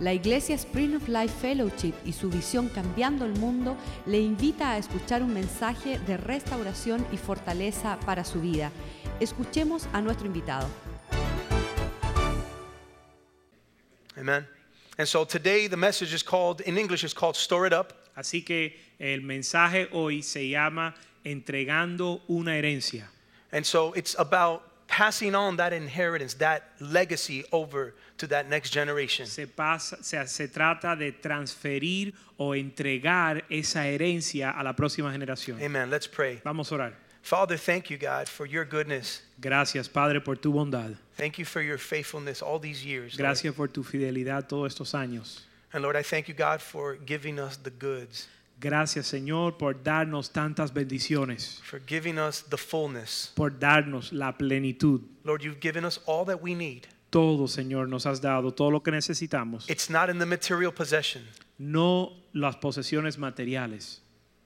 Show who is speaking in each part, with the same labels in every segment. Speaker 1: La Iglesia Spring of Life Fellowship y su visión Cambiando el Mundo le invita a escuchar un mensaje de restauración y fortaleza para su vida. Escuchemos a nuestro invitado.
Speaker 2: Amen. And so today the message is called, in English, it's called Store It Up.
Speaker 3: Así que el mensaje hoy se llama entregando una herencia.
Speaker 2: And so it's about passing on that inheritance, that legacy over to that next generation.
Speaker 3: Se, pasa, se, se trata de transferir o entregar esa herencia a la próxima generación.
Speaker 2: Amen. Let's pray.
Speaker 3: Vamos a orar.
Speaker 2: Father, thank you, God, for your goodness.
Speaker 3: Gracias, Padre, por tu bondad.
Speaker 2: Thank you for your faithfulness all these years. Lord.
Speaker 3: Gracias por tu fidelidad todos estos años.
Speaker 2: And Lord, I thank you, God, for giving us the goods,
Speaker 3: Gracias, Señor, por darnos tantas bendiciones,
Speaker 2: for giving us the fullness.
Speaker 3: por darnos la plenitud.
Speaker 2: Lord, you've given us all that we need.
Speaker 3: Todo, Señor, nos has dado, todo lo que necesitamos.
Speaker 2: It's not in the material possession,
Speaker 3: No las posesiones materiales,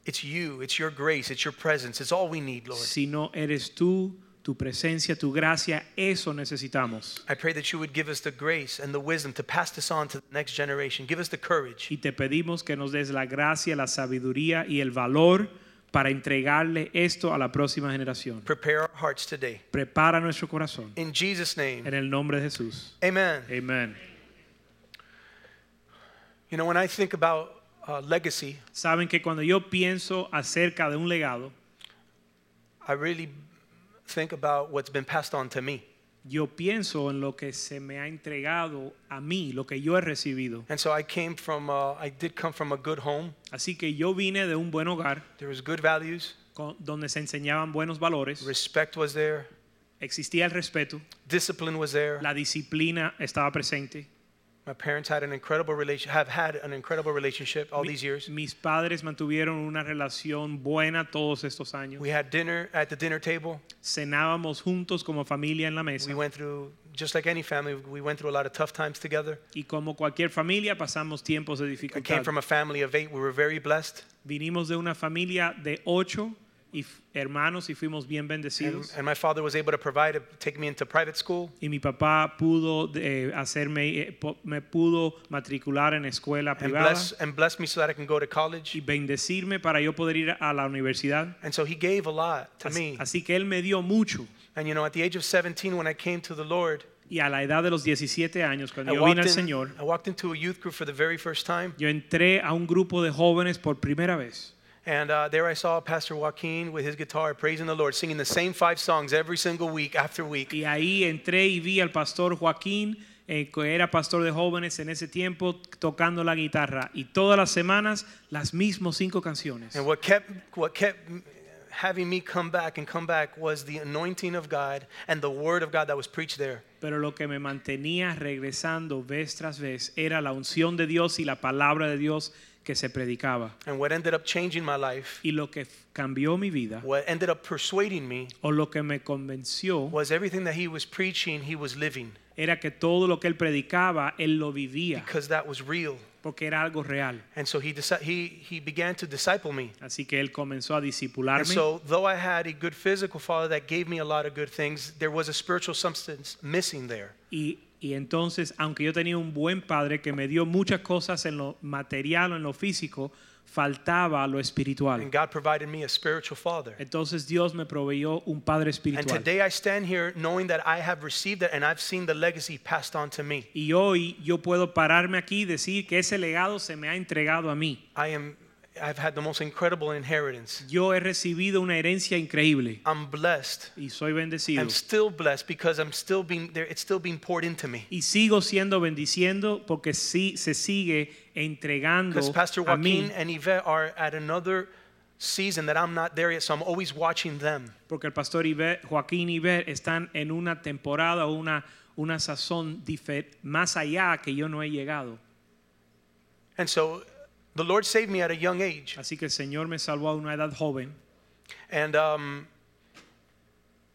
Speaker 2: it's you, it's your grace, it's your presence, it's all we need, Lord.
Speaker 3: sino eres tú, tu presencia, tu gracia, eso necesitamos.
Speaker 2: I pray that you would give us the grace and the wisdom to pass this on to the next generation. Give us the courage.
Speaker 3: Y te pedimos que nos des la gracia, la sabiduría y el valor para entregarle esto a la próxima generación.
Speaker 2: Prepare our hearts today.
Speaker 3: Prepara nuestro corazón.
Speaker 2: In Jesus' name,
Speaker 3: En el nombre de Jesús.
Speaker 2: amen.
Speaker 3: Amén.
Speaker 2: You know, when I think about uh, legacy,
Speaker 3: Saben que cuando yo pienso acerca de un legado,
Speaker 2: I really think about what's been passed on to me.
Speaker 3: yo pienso en lo que se me ha entregado a mí, lo que yo he recibido.
Speaker 2: And so I came from, uh, I did come from a good home.
Speaker 3: Así que yo vine de un buen hogar
Speaker 2: There was good values,
Speaker 3: con- donde se enseñaban buenos valores,
Speaker 2: respect was there,
Speaker 3: existía el respeto,
Speaker 2: discipline was there.
Speaker 3: la disciplina estaba presente.
Speaker 2: My parents had an incredible relation, have had an incredible relationship all these years.
Speaker 3: Pues Mis padres mantuvieron una relación buena todos estos años.
Speaker 2: We had dinner at the dinner table.
Speaker 3: Cenábamos juntos como familia en la
Speaker 2: We
Speaker 3: mesa
Speaker 2: went through, just like any family, we went through a lot of tough times together.
Speaker 3: y como cualquier familia pasamos tiempos de
Speaker 2: I came
Speaker 3: dificultad.
Speaker 2: from a family of eight. We were very blessed.
Speaker 3: Vinimos de una familia de ocho y f- hermanos y fuimos bien
Speaker 2: And,
Speaker 3: bendecidos.
Speaker 2: and my father was able to provide, take me into private school.
Speaker 3: Y mi papá pudo eh, hacerme, eh, po- me pudo matricular en escuela
Speaker 2: and
Speaker 3: privada
Speaker 2: bless, and bless me so that I can go to
Speaker 3: y
Speaker 2: college.
Speaker 3: bendecirme para yo poder ir a la universidad.
Speaker 2: And so he gave a lot to
Speaker 3: Así,
Speaker 2: me.
Speaker 3: así que él me dio mucho.
Speaker 2: And you know, at the age of 17, when I came to the Lord,
Speaker 3: Y a la edad de los 17 años,
Speaker 2: I
Speaker 3: cuando yo
Speaker 2: walked,
Speaker 3: vine al
Speaker 2: in-
Speaker 3: Señor,
Speaker 2: I walked into a youth group for the very first time.
Speaker 3: yo entré a un grupo de jóvenes por primera vez.
Speaker 2: And uh, there I saw Pastor Joaquin with his guitar praising the Lord, singing the same five songs every single week after week.
Speaker 3: Y ahí entré y vi al pastor Joaquín, eh, que era pastor de jóvenes en ese tiempo, tocando la guitarra. Y todas las semanas las mismas cinco canciones.
Speaker 2: And what kept, what kept having me come back and come back was the anointing of God and the word of God that was preached there.
Speaker 3: Pero lo que me mantenía regresando vez tras vez era la unción de Dios y la palabra de Dios que se predicaba.
Speaker 2: And what ended up changing my life,
Speaker 3: Y lo que f- cambió mi vida,
Speaker 2: what ended up persuading me,
Speaker 3: o lo que me convenció,
Speaker 2: was everything that he was preaching, he was living.
Speaker 3: era que todo lo que él predicaba, él lo vivía,
Speaker 2: because that was real.
Speaker 3: porque era algo real.
Speaker 2: And so he, deci- he, he began to disciple me.
Speaker 3: Así que él comenzó a
Speaker 2: And
Speaker 3: discipularme.
Speaker 2: so, though I had a good physical father that gave me a lot of good things, there was a spiritual substance missing there.
Speaker 3: Y, y entonces, aunque yo tenía un buen padre que me dio muchas cosas en lo material, o en lo físico, faltaba lo
Speaker 2: And
Speaker 3: espiritual.
Speaker 2: God provided me a spiritual father.
Speaker 3: Entonces Dios me proveyó un
Speaker 2: And
Speaker 3: padre espiritual.
Speaker 2: today I stand here knowing that I have received it and I've seen the legacy passed on to me.
Speaker 3: Y hoy yo puedo pararme aquí y decir que ese legado se me ha entregado a mí.
Speaker 2: I am, I've had the most incredible inheritance.
Speaker 3: Yo he recibido una herencia increíble
Speaker 2: I'm blessed.
Speaker 3: y soy bendecido.
Speaker 2: I'm still blessed because I'm still being there. It's still being poured into me.
Speaker 3: Y sigo siendo bendiciendo porque sí se sigue entregando
Speaker 2: Because Pastor
Speaker 3: a mí.
Speaker 2: Joaquin and Yvette are at another season that I'm not there yet, so I'm always watching them.
Speaker 3: Porque el pastor Iber, Joaquín y Ver están en una temporada, una, una sazón difer- más allá que yo no he llegado.
Speaker 2: And so the Lord saved me at a young age.
Speaker 3: Así que el Señor me salvó a una edad joven.
Speaker 2: And um,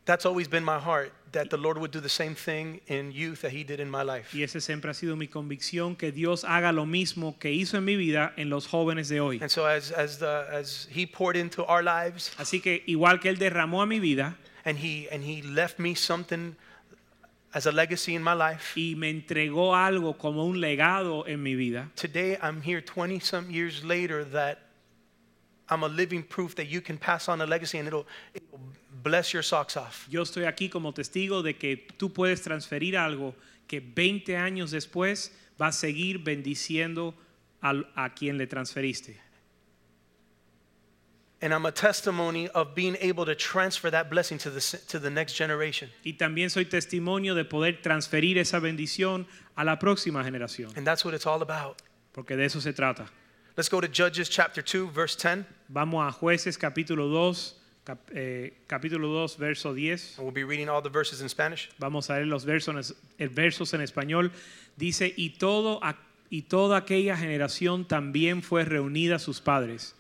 Speaker 2: that's always been my heart that the Lord would do the same thing in youth that He did in my life.
Speaker 3: Y esa siempre ha sido mi convicción, que Dios haga lo mismo que hizo en mi vida en los jóvenes de hoy.
Speaker 2: And so as, as, the, as He poured into our lives
Speaker 3: Así que igual que Él derramó a mi vida
Speaker 2: and he, and he left me something as a legacy in my life.
Speaker 3: y me entregó algo como un legado en mi vida.
Speaker 2: Today, I'm here 20 some years later that I'm a living proof that you can pass on a legacy and it'll, it'll bless your socks off.
Speaker 3: Yo estoy aquí como testigo de que tú puedes transferir algo que 20 años después va a seguir bendiciendo al- a quien le transferiste.
Speaker 2: And I'm a testimony of being able to transfer that blessing to the, s- to the next generation.
Speaker 3: Y también soy testimonio de poder transferir esa bendición a la próxima generación,
Speaker 2: And that's what it's all about.
Speaker 3: porque de eso se trata.
Speaker 2: Let's go to Judges chapter 2, verse 10,
Speaker 3: Vamos a jueces capítulo 2, cap- eh, capítulo 2, verso 10.
Speaker 2: and we'll be reading all the verses in Spanish.
Speaker 3: Vamos a leer los versos, eh, versos en español. Dice, y, todo, a- y toda aquella generación también fue reunida a sus padres.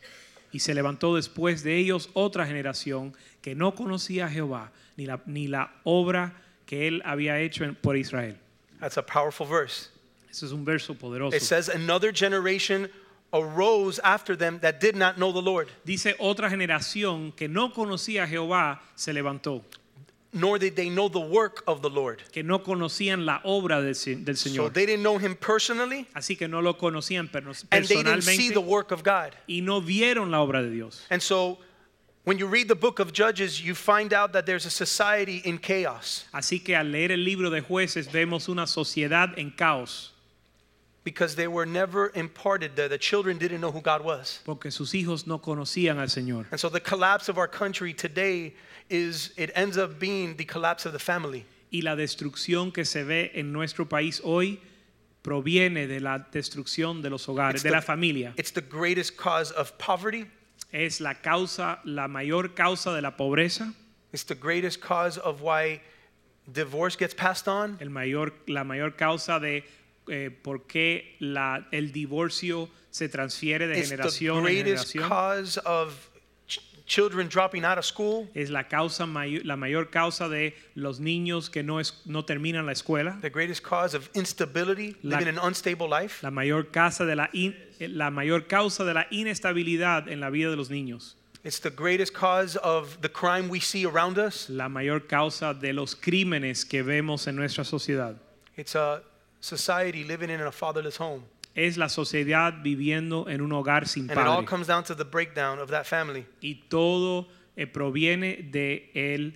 Speaker 3: Y se levantó después de ellos otra generación que no conocía a Jehová, ni la, ni la obra que él había hecho en- por Israel.
Speaker 2: That's a powerful verse.
Speaker 3: Ese es un verso poderoso.
Speaker 2: It says, Another generation arose after them that did not know the Lord,
Speaker 3: Dice, otra generación que no conocía a Jehová se levantó,
Speaker 2: nor did they know the work of the Lord.
Speaker 3: que no conocían la obra del, se- del
Speaker 2: So
Speaker 3: Señor.
Speaker 2: they didn't know him personally,
Speaker 3: Así que no lo conocían perno-
Speaker 2: and they didn't see
Speaker 3: personalmente
Speaker 2: the work of God.
Speaker 3: y no vieron la obra de Dios.
Speaker 2: And so when you read the book of Judges, you find out that there's a society in chaos
Speaker 3: Así que al leer el libro de jueces vemos una sociedad en caos,
Speaker 2: because they were never imparted there. The children didn't know who God was.
Speaker 3: porque sus hijos no conocían al Señor.
Speaker 2: And so the collapse of our country today is it ends up being the collapse of the family.
Speaker 3: Y la destrucción que se ve en nuestro país hoy proviene de la destrucción de los hogares,
Speaker 2: It's
Speaker 3: de
Speaker 2: the-
Speaker 3: la familia.
Speaker 2: It's the greatest cause of poverty.
Speaker 3: Es la causa, la mayor causa de la pobreza,
Speaker 2: It's the greatest cause of why divorce gets passed on.
Speaker 3: el mayor, la mayor causa de eh, por qué la- el divorcio se transfiere de
Speaker 2: It's the
Speaker 3: generación en
Speaker 2: greatest
Speaker 3: generación.
Speaker 2: cause of ch- children dropping out of school.
Speaker 3: Es la, causa mayo- la mayor causa de los niños que no, es- no terminan la escuela.
Speaker 2: The greatest cause of instability,
Speaker 3: La-
Speaker 2: living an unstable life.
Speaker 3: La mayor, causa de la, in- eh, la mayor causa de la inestabilidad en la vida de los niños.
Speaker 2: It's the greatest cause of the crime we see around us.
Speaker 3: La mayor causa de los crímenes que vemos en nuestra sociedad.
Speaker 2: It's a society living in a fatherless home.
Speaker 3: Es la sociedad viviendo en un hogar sin
Speaker 2: And it all
Speaker 3: padre.
Speaker 2: comes down to the breakdown of that family.
Speaker 3: Y todo eh, proviene de él,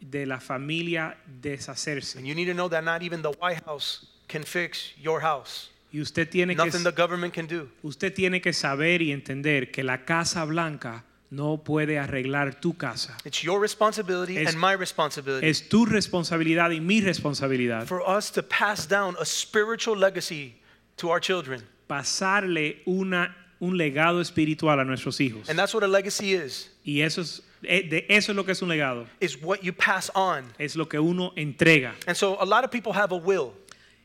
Speaker 3: de la familia deshacerse.
Speaker 2: And you need to know that not even the White House can fix your house.
Speaker 3: Y usted tiene que,
Speaker 2: Nothing the government can do.
Speaker 3: usted tiene que saber y entender que la Casa Blanca no puede arreglar tu casa.
Speaker 2: It's your responsibility
Speaker 3: Es-
Speaker 2: and my responsibility
Speaker 3: Es tu responsabilidad y mi responsabilidad.
Speaker 2: for us to pass down a spiritual legacy to our children.
Speaker 3: pasarle una, un legado espiritual a nuestros hijos.
Speaker 2: And that's what a legacy is.
Speaker 3: Y eso es, eh, de eso es lo que es un legado.
Speaker 2: Is what you pass on.
Speaker 3: Es lo que uno entrega.
Speaker 2: And so a lot of people have a will.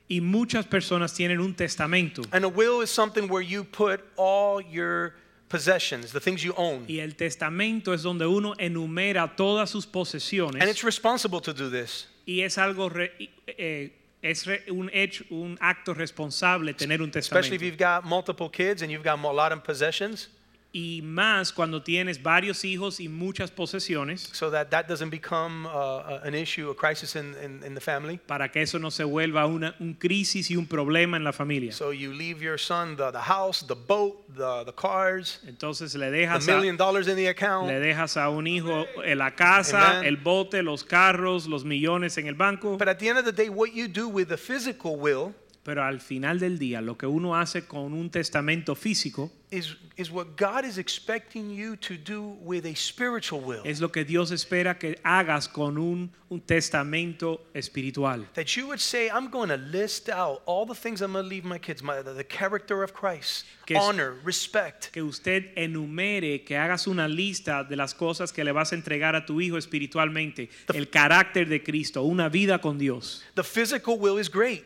Speaker 3: Y muchas personas tienen un testamento.
Speaker 2: And a will is something where you put all your possessions, the things you own.
Speaker 3: Y el testamento es donde uno enumera todas sus
Speaker 2: And it's
Speaker 3: posesiones.
Speaker 2: responsible to do this.
Speaker 3: Y es algo, re- y- eh, es re- un hecho, un acto responsable tener un
Speaker 2: Especially if
Speaker 3: testamento.
Speaker 2: you've got multiple kids and you've got a lot of possessions,
Speaker 3: Y más cuando tienes varios hijos y muchas posesiones,
Speaker 2: so that that doesn't become uh, uh, an issue, a crisis in, in, in the family.
Speaker 3: para que eso no se vuelva una, un crisis y un problema en la familia.
Speaker 2: So you leave your son the, the house, the boat, the, the cars,
Speaker 3: Entonces le
Speaker 2: a
Speaker 3: dejas a,
Speaker 2: million dollars in the account.
Speaker 3: Le dejas a un hijo eh, la casa,
Speaker 2: Amen.
Speaker 3: el bote, los carros, los millones en el banco.
Speaker 2: But at the end of the day, what you do with the physical will
Speaker 3: Pero al final del día, lo que uno hace con un testamento físico
Speaker 2: is, is what God is expecting you to do with a spiritual will.
Speaker 3: es lo que Dios espera que hagas con un, un testamento espiritual.
Speaker 2: That you would say, I'm going to list out all the things I'm going to leave my kids my, the, the character of Christ,
Speaker 3: Que es-
Speaker 2: honor, respect.
Speaker 3: Que usted enumere, que hagas una lista de las cosas que le vas a entregar a tu hijo espiritualmente. El carácter de Cristo, una vida con Dios.
Speaker 2: The physical will is great,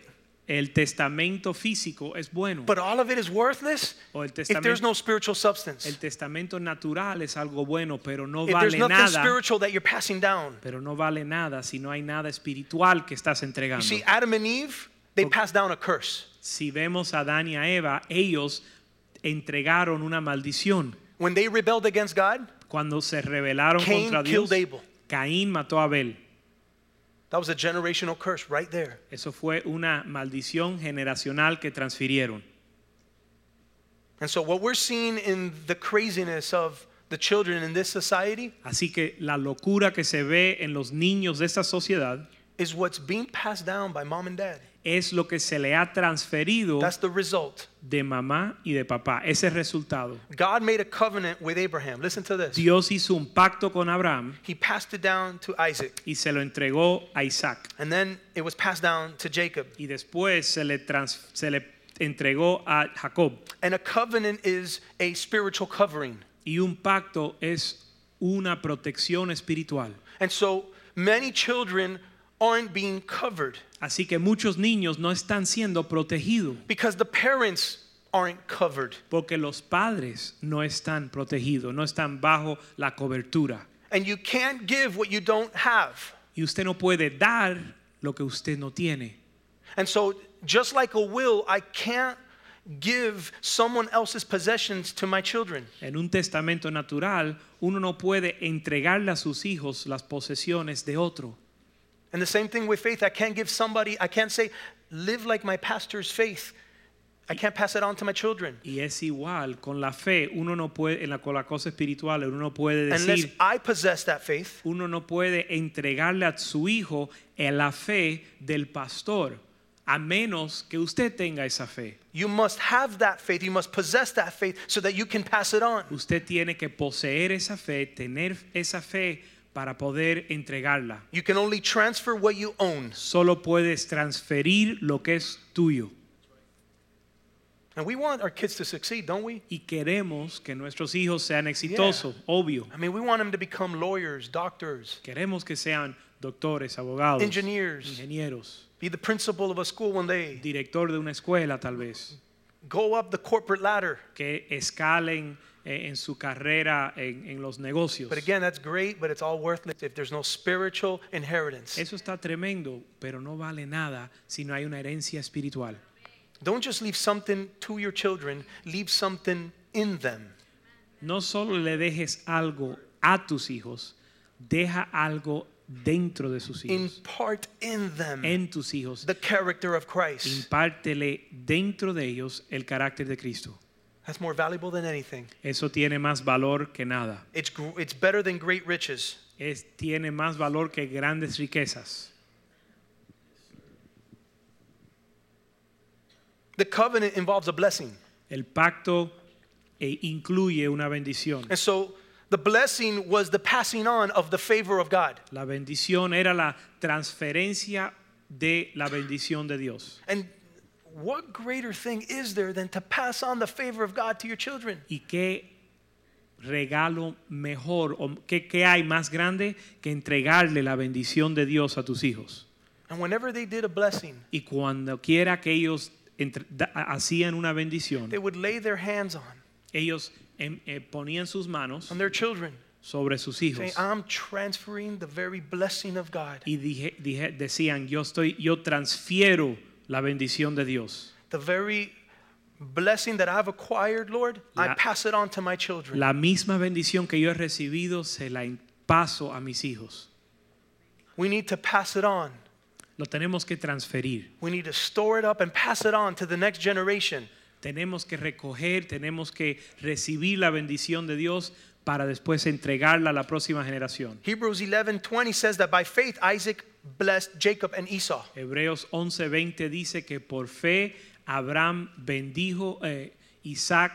Speaker 3: El testamento físico es bueno.
Speaker 2: but all of it is worthless
Speaker 3: O el
Speaker 2: if there's
Speaker 3: testamento-
Speaker 2: no spiritual substance.
Speaker 3: El testamento natural es algo bueno, pero no
Speaker 2: if there's
Speaker 3: vale
Speaker 2: nothing
Speaker 3: nada.
Speaker 2: spiritual that you're passing down.
Speaker 3: pero no vale nada si no hay nada espiritual que estás
Speaker 2: You
Speaker 3: entregando.
Speaker 2: see, Adam and Eve, they passed down a curse.
Speaker 3: si vemos a Adán y a Eva, ellos entregaron una maldición.
Speaker 2: When they rebelled against God,
Speaker 3: Cuando se rebelaron
Speaker 2: Cain
Speaker 3: contra
Speaker 2: killed
Speaker 3: Dios,
Speaker 2: Abel.
Speaker 3: Caín mató a Abel.
Speaker 2: That was a generational curse right there.
Speaker 3: Eso fue una maldición generacional que transfirieron.
Speaker 2: And so, what we're seeing in the craziness of the children in this society
Speaker 3: Así que la locura que se ve en los niños de esta sociedad
Speaker 2: is what's being passed down by mom and dad.
Speaker 3: es lo que se le ha transferido
Speaker 2: That's the result.
Speaker 3: de mamá y de papá. Ese es el resultado.
Speaker 2: God made a covenant with Abraham. Listen to this.
Speaker 3: Dios hizo un pacto con Abraham
Speaker 2: He passed it down to Isaac,
Speaker 3: y se lo entregó a Isaac.
Speaker 2: and then it was passed down to Jacob.
Speaker 3: Y después se le, trans- se le entregó a Jacob.
Speaker 2: And a covenant is a spiritual covering.
Speaker 3: Y un pacto es una protección espiritual.
Speaker 2: And so, many children aren't being covered
Speaker 3: Así que muchos niños no están siendo protegidos
Speaker 2: because the parents aren't covered.
Speaker 3: porque los padres no están protegidos, no están bajo la cobertura.
Speaker 2: And you can't give what you don't have.
Speaker 3: Y usted no puede dar lo que usted no tiene.
Speaker 2: And so, just like a will, I can't give someone else's possessions to my children.
Speaker 3: En un testamento natural, uno no puede entregarle a sus hijos las posesiones de otro.
Speaker 2: And the same thing with faith. I can't give somebody, I can't say, live like my pastor's faith. I can't pass it on to my children.
Speaker 3: Y es igual con la fe, uno no puede, en la, con la cosa espiritual, uno no puede
Speaker 2: Unless
Speaker 3: decir,
Speaker 2: I possess that faith,
Speaker 3: uno no puede entregarle a su hijo en la fe del pastor, a menos que usted tenga esa fe.
Speaker 2: you must have that faith. You must possess that faith so that you can pass it on.
Speaker 3: Usted tiene que poseer esa fe, tener esa fe para poder entregarla.
Speaker 2: You can only transfer what you own.
Speaker 3: Solo puedes transferir lo que es tuyo.
Speaker 2: And we want our kids to succeed, don't we?
Speaker 3: Y queremos que nuestros hijos sean exitosos, obvio.
Speaker 2: I mean, we want them to become lawyers, doctors,
Speaker 3: Queremos que sean doctores, abogados,
Speaker 2: engineers,
Speaker 3: ingenieros,
Speaker 2: be the principal of a school one day,
Speaker 3: director de una escuela tal vez,
Speaker 2: go up the corporate ladder.
Speaker 3: que escalen eh, en su carrera en, en los negocios.
Speaker 2: But again, that's great, but it's all worthless if there's no spiritual inheritance.
Speaker 3: Eso está tremendo, pero no vale nada si no hay una herencia espiritual.
Speaker 2: Don't just leave something to your children, leave something in them.
Speaker 3: No solo le dejes algo a tus hijos, deja algo dentro de sus hijos,
Speaker 2: Impart in them
Speaker 3: en tus hijos.
Speaker 2: the character of Christ.
Speaker 3: Impártele dentro de ellos el carácter de Cristo.
Speaker 2: That's more valuable than anything.
Speaker 3: Eso tiene más valor que nada.
Speaker 2: It's, gr- it's better than great riches.
Speaker 3: Es, tiene más valor que grandes riquezas.
Speaker 2: The covenant involves a blessing.
Speaker 3: El pacto eh, incluye una bendición.
Speaker 2: And so the blessing was the passing on of the favor of God.
Speaker 3: La bendición era la transferencia de la bendición de Dios.
Speaker 2: And what greater thing is there than to pass on the favor of God to your children?
Speaker 3: ¿Y qué regalo mejor o qué, qué hay más grande que entregarle la bendición de Dios a tus hijos?
Speaker 2: And whenever they did a blessing,
Speaker 3: Y cuando quiera que ellos entre- da- hacían una bendición,
Speaker 2: they would lay their hands on
Speaker 3: ellos em- eh, ponían sus manos
Speaker 2: on their children,
Speaker 3: sobre sus
Speaker 2: saying,
Speaker 3: hijos.
Speaker 2: "I'm transferring the very blessing of God,
Speaker 3: y dije- dije- decían yo estoy yo transfiero la bendición de Dios
Speaker 2: the very blessing that I've acquired, Lord. I
Speaker 3: La-
Speaker 2: pass it on to my children."
Speaker 3: la misma bendición que yo he recibido se la en- paso a mis hijos
Speaker 2: We need to pass it on.
Speaker 3: lo tenemos que transferir
Speaker 2: We need to store it up and pass it on to the next generation.
Speaker 3: tenemos que recoger tenemos que recibir la bendición de Dios para después entregarla a la próxima generación
Speaker 2: Hebrews 11:20 says that by faith Isaac blessed Jacob and Esau.
Speaker 3: Hebreos 11:20 dice que por fe Abraham bendijo eh, Isaac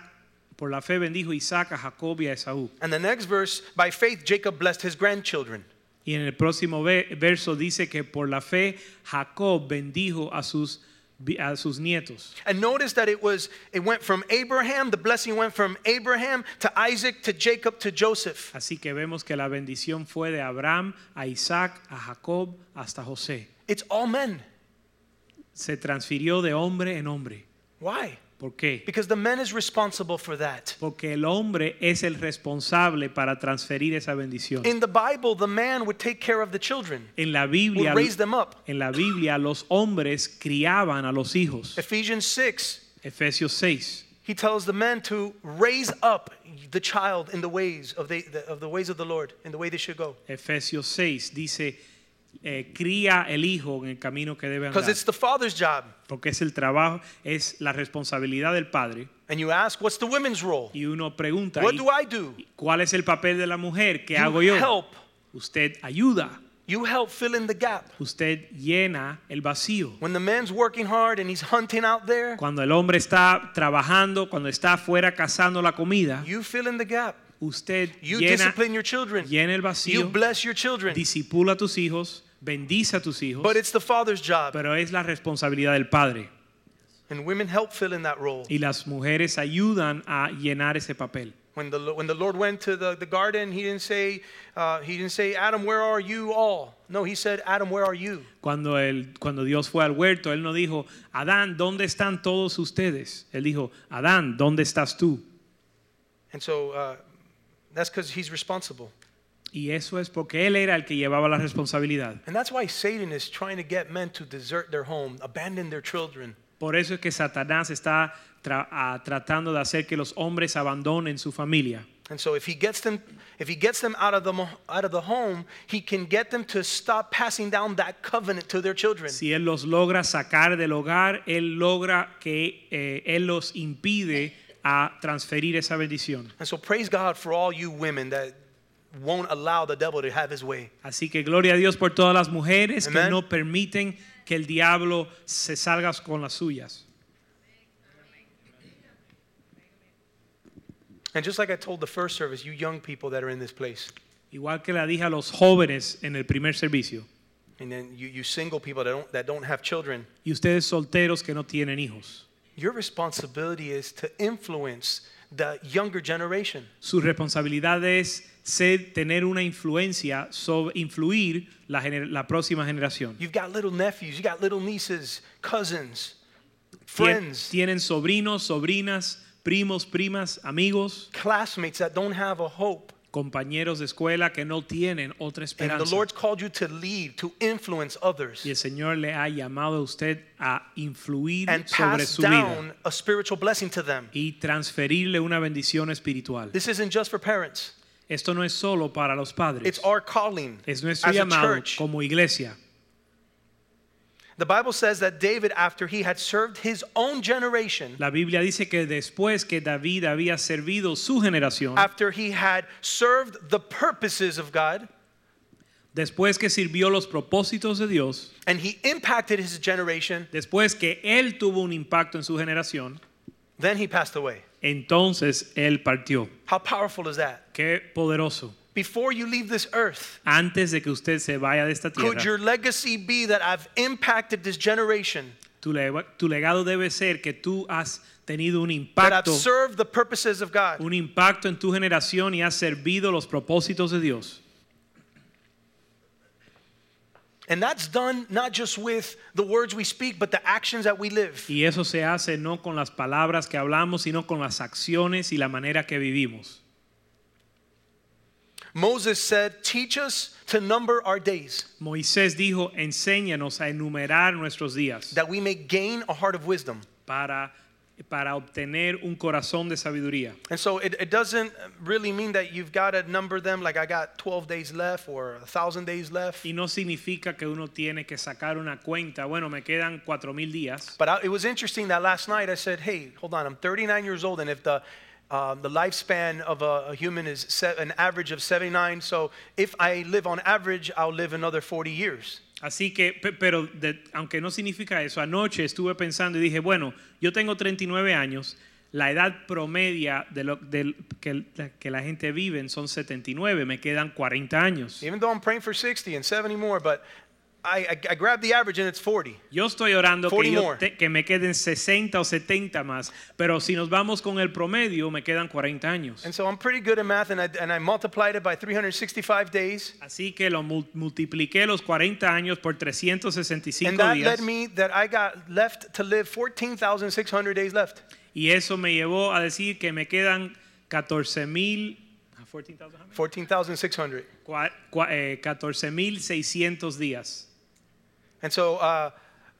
Speaker 3: por la fe bendijo Isaac a Jacob y a Esaú
Speaker 2: And the next verse, by faith Jacob blessed his grandchildren.
Speaker 3: Y en el próximo ve- verso dice que por la fe Jacob bendijo a sus, vi- a sus nietos.
Speaker 2: And notice that it was it went from Abraham, the blessing went from Abraham to Isaac to Jacob to Joseph.
Speaker 3: Así que vemos que la bendición fue de Abraham a Isaac, a Jacob, hasta José.
Speaker 2: It's all men.
Speaker 3: Se transfirió de hombre en hombre.
Speaker 2: Why?
Speaker 3: ¿Por qué?
Speaker 2: Because the man is responsible for that.
Speaker 3: Porque el hombre es el responsable para transferir esa bendición.
Speaker 2: In the Bible, the man would take care of the children,
Speaker 3: En la
Speaker 2: would
Speaker 3: Biblia,
Speaker 2: raise them up.
Speaker 3: en la Biblia los hombres criaban a los hijos.
Speaker 2: Ephesians 6,
Speaker 3: Efesios 6.
Speaker 2: he tells the men to raise up the child in the ways of the, the- of the ways of the Lord, in the way they should go.
Speaker 3: Efesios 6 dice, eh, cría el hijo en el camino que debe andar.
Speaker 2: Because it's the father's job.
Speaker 3: Porque es el trabajo, es la responsabilidad del padre.
Speaker 2: And you ask, what's the women's role?
Speaker 3: Y uno pregunta,
Speaker 2: What
Speaker 3: ¿y
Speaker 2: do I do?
Speaker 3: ¿cuál es el papel de la mujer? ¿Qué
Speaker 2: You
Speaker 3: hago yo?
Speaker 2: help.
Speaker 3: Usted ayuda,
Speaker 2: You help fill in the gap.
Speaker 3: usted llena el vacío.
Speaker 2: When the man's working hard and he's hunting out there,
Speaker 3: Cuando el hombre está trabajando, cuando está afuera cazando la comida,
Speaker 2: you fill in the gap.
Speaker 3: usted
Speaker 2: You
Speaker 3: llena,
Speaker 2: discipline your children.
Speaker 3: llena el
Speaker 2: You
Speaker 3: vacío,
Speaker 2: bless your children.
Speaker 3: disipula a tus hijos, bendice a tus hijos,
Speaker 2: But it's the father's job.
Speaker 3: pero es la responsabilidad del padre.
Speaker 2: And women help fill in that role.
Speaker 3: Y las mujeres ayudan a llenar ese papel.
Speaker 2: When the, when the Lord went to the, the garden, he didn't, say, uh, he didn't say, Adam, where are you all? No, he said, Adam, where are you?
Speaker 3: Cuando, el, cuando Dios fue al huerto, Él no dijo, Adán, ¿dónde están todos ustedes? Él dijo, Adán, ¿dónde estás tú?
Speaker 2: And so uh, that's because he's responsible.
Speaker 3: Y eso es porque Él era el que llevaba la responsabilidad.
Speaker 2: And that's why Satan is trying to get men to desert their home, abandon their children.
Speaker 3: Por eso es que Satanás está tra- ah, tratando de hacer que los hombres abandonen su familia.
Speaker 2: And so if he gets them, if he gets them out of the mo- out of the home, he can get them to stop passing down that covenant to their children.
Speaker 3: Si Él los logra sacar del hogar, Él logra que eh, Él los impide a transferir esa bendición.
Speaker 2: And so praise God for all you women that won't allow the devil to have his way.
Speaker 3: Así que gloria a Dios por todas las mujeres que
Speaker 2: Amen.
Speaker 3: no permiten que el diablo se salga con las suyas.
Speaker 2: And just like I told the first service, you young people that are in this place,
Speaker 3: Igual que la dije a los jóvenes en el primer servicio
Speaker 2: and then you, you single people that don't that don't have children,
Speaker 3: y ustedes solteros que no tienen hijos.
Speaker 2: your responsibility is to influence the younger generation.
Speaker 3: Su responsabilidad es ser, tener una influencia, sobre, influir la, gener- la próxima generación.
Speaker 2: You've got little nephews, you got little nieces, cousins,
Speaker 3: Tien-
Speaker 2: friends,
Speaker 3: tienen sobrinos, sobrinas, primos, primas, amigos,
Speaker 2: classmates that don't have a hope.
Speaker 3: compañeros de escuela que no tienen otra
Speaker 2: And the
Speaker 3: esperanza.
Speaker 2: Lord's called you to lead, to influence others,
Speaker 3: Y el Señor le ha llamado a usted a influir
Speaker 2: and
Speaker 3: sobre
Speaker 2: pass
Speaker 3: su vida
Speaker 2: down a spiritual blessing to them.
Speaker 3: y transferirle una bendición espiritual.
Speaker 2: This isn't just for parents,
Speaker 3: Esto no es solo para los padres,
Speaker 2: it's our calling
Speaker 3: es nuestro
Speaker 2: as a
Speaker 3: llamado
Speaker 2: church.
Speaker 3: como iglesia.
Speaker 2: The Bible says that David, after he had served his own generation,
Speaker 3: La Biblia dice que después que David había servido su generación,
Speaker 2: after he had served the purposes of God,
Speaker 3: después que sirvió los propósitos de Dios,
Speaker 2: and he impacted his generation,
Speaker 3: después que él tuvo un impacto en su generación,
Speaker 2: then he passed away.
Speaker 3: entonces él partió.
Speaker 2: How powerful is that?
Speaker 3: Qué poderoso.
Speaker 2: Before you leave this earth,
Speaker 3: Antes de que usted se vaya de esta
Speaker 2: could
Speaker 3: tierra,
Speaker 2: your legacy be that I've impacted this generation,
Speaker 3: tu, le- tu legado debe ser que tú has tenido un
Speaker 2: that I've
Speaker 3: impacto,
Speaker 2: served the purposes of God?
Speaker 3: un impacto en tu generación y has servido los propósitos de Dios.
Speaker 2: And that's done not just with the words we speak, but the actions that we live.
Speaker 3: Y eso se hace no con las palabras que hablamos, sino con las acciones y la manera que vivimos.
Speaker 2: Moses said, Teach us to number our days,
Speaker 3: Moisés dijo, enséñanos a enumerar nuestros días
Speaker 2: that we may gain a heart of wisdom.
Speaker 3: para, para obtener un corazón de sabiduría.
Speaker 2: And so it, it doesn't really mean that you've got to number them like I got 12 days left or 1,000 days left.
Speaker 3: Y no significa que uno tiene que sacar una cuenta, bueno, me quedan cuatro mil días.
Speaker 2: But I, it was interesting that last night I said, Hey, hold on, I'm 39 years old, and if the uh, the lifespan of a, a human is set, an average of 79. So if I live on average, I'll live another 40 years.
Speaker 3: Así que, pe- pero de- aunque no significa eso, anoche estuve pensando y dije, bueno, yo tengo 39 años, la edad promedia de lo del- que, que la gente vive son 79, me quedan 40 años.
Speaker 2: Even though I'm praying for 60 and 70 more, but I, I, I grabbed the average and it's 40.
Speaker 3: Yo estoy orando que,
Speaker 2: 40
Speaker 3: yo
Speaker 2: more.
Speaker 3: te- que me queden 60 o 70 más, pero si nos vamos con el promedio, me quedan 40 años.
Speaker 2: And so I'm pretty good at math and I, and I multiplied it by 365 days.
Speaker 3: Así que lo mul- multipliqué los 40 años por
Speaker 2: And
Speaker 3: 365
Speaker 2: that
Speaker 3: días
Speaker 2: led me that I got left to live 14,600 days left.
Speaker 3: y eso me llevó a decir que me quedan 14,000 14,000, how many?
Speaker 2: 14,600.
Speaker 3: Cua- cua- eh, 14,600 días.
Speaker 2: And so uh,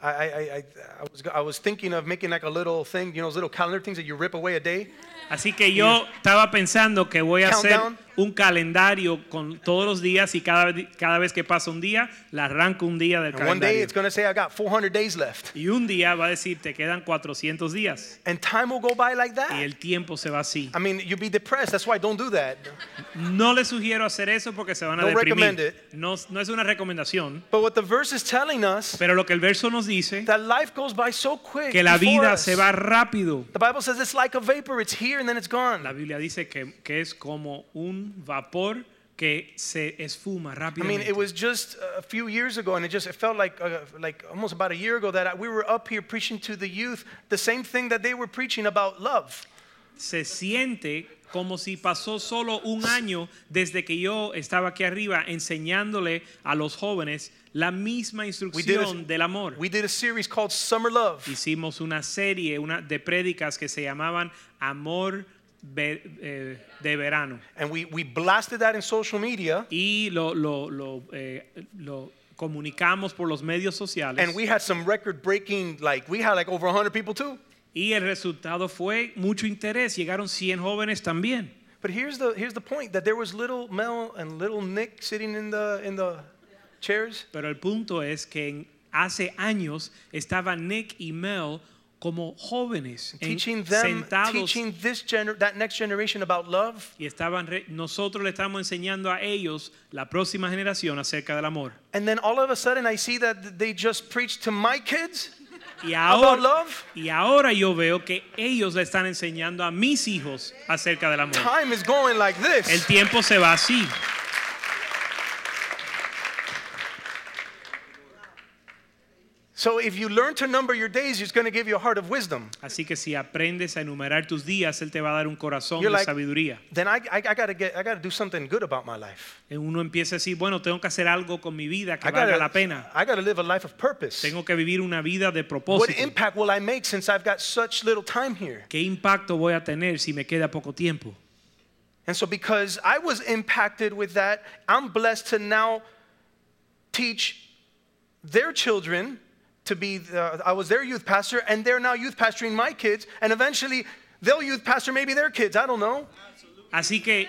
Speaker 2: I, I, I, I, was, I was thinking of making like a little thing, you know, those little calendar things that you rip away a day.
Speaker 3: Así que yo estaba pensando que voy a hacer
Speaker 2: Countdown.
Speaker 3: un calendario con todos los días y cada, di- cada vez que pasa un día, le arranco un día del
Speaker 2: And one day
Speaker 3: calendario.
Speaker 2: it's going to say, I got 400 days left.
Speaker 3: Y un día va a decir, te quedan 400 días.
Speaker 2: And time will go by like
Speaker 3: Y
Speaker 2: that.
Speaker 3: el tiempo se va así.
Speaker 2: I mean, you'll be depressed. That's why don't do that.
Speaker 3: No les sugiero hacer eso porque se van a
Speaker 2: Don't recommend
Speaker 3: deprimir.
Speaker 2: it.
Speaker 3: No, no es una recomendación.
Speaker 2: But what the verse is telling us,
Speaker 3: Pero lo que el verso nos dice,
Speaker 2: that life goes by so quick.
Speaker 3: que la
Speaker 2: before
Speaker 3: vida
Speaker 2: us.
Speaker 3: se va rápido.
Speaker 2: The Bible says it's like a vapor. It's here and then it's
Speaker 3: La
Speaker 2: gone.
Speaker 3: Biblia dice que, que es como un vapor que se esfuma
Speaker 2: I mean,
Speaker 3: rápidamente.
Speaker 2: it was just a few years ago, and it just it felt like uh, like almost about a year ago that I, we were up here preaching to the youth the same thing that they were preaching about love.
Speaker 3: se siente como si pasó solo un año desde que yo estaba aquí arriba enseñándole a los jóvenes la misma instrucción del amor.
Speaker 2: We did a series called Summer Love.
Speaker 3: Hicimos una serie una, de prédicas que se llamaban Amor Ve- eh, de Verano
Speaker 2: And we, we blasted that in social media,
Speaker 3: y lo, lo- lo, eh, lo comunicamos por los medios sociales
Speaker 2: and we had some record breaking, like, we had like over 100 people too.
Speaker 3: y el resultado fue mucho interés. Llegaron 100 jóvenes también.
Speaker 2: But here's the, here's the point that there was little Mel and little Nick sitting in the, in the chairs,
Speaker 3: Pero el punto es que en- hace años estaban Nick y Mel como jóvenes en-
Speaker 2: teaching them,
Speaker 3: sentados
Speaker 2: teaching this gener- that next generation about love.
Speaker 3: y estaban re- nosotros le estamos enseñando a ellos la próxima generación acerca del amor.
Speaker 2: And then all of a sudden, I see that they just preach to my kids
Speaker 3: Y
Speaker 2: about
Speaker 3: ahora
Speaker 2: love.
Speaker 3: y ahora yo veo que ellos le están enseñando a mis hijos acerca del amor.
Speaker 2: Time is going like
Speaker 3: El
Speaker 2: this.
Speaker 3: tiempo se va así.
Speaker 2: So if you learn to number your days, it's going to give you a heart of wisdom.
Speaker 3: Así que si aprendes a enumerar tus días, él te va a dar un corazón
Speaker 2: You're
Speaker 3: de
Speaker 2: like-
Speaker 3: sabiduría.
Speaker 2: Then I, I, I got to get, I got to do something good about my life.
Speaker 3: Uno empieza a decir, bueno, tengo que hacer algo con mi vida que
Speaker 2: I
Speaker 3: valga la
Speaker 2: got
Speaker 3: pena.
Speaker 2: to, I got to live a life of purpose.
Speaker 3: Tengo que vivir una vida de
Speaker 2: What
Speaker 3: propósito.
Speaker 2: impact will I make since I've got such little time here?
Speaker 3: ¿Qué impacto voy a tener si me queda poco tiempo?
Speaker 2: And so, because I was impacted with that, I'm blessed to now teach their children to be, the, I was their youth pastor, and they're now youth pastoring my kids, and eventually they'll youth pastor maybe their kids, I don't know.
Speaker 3: Así que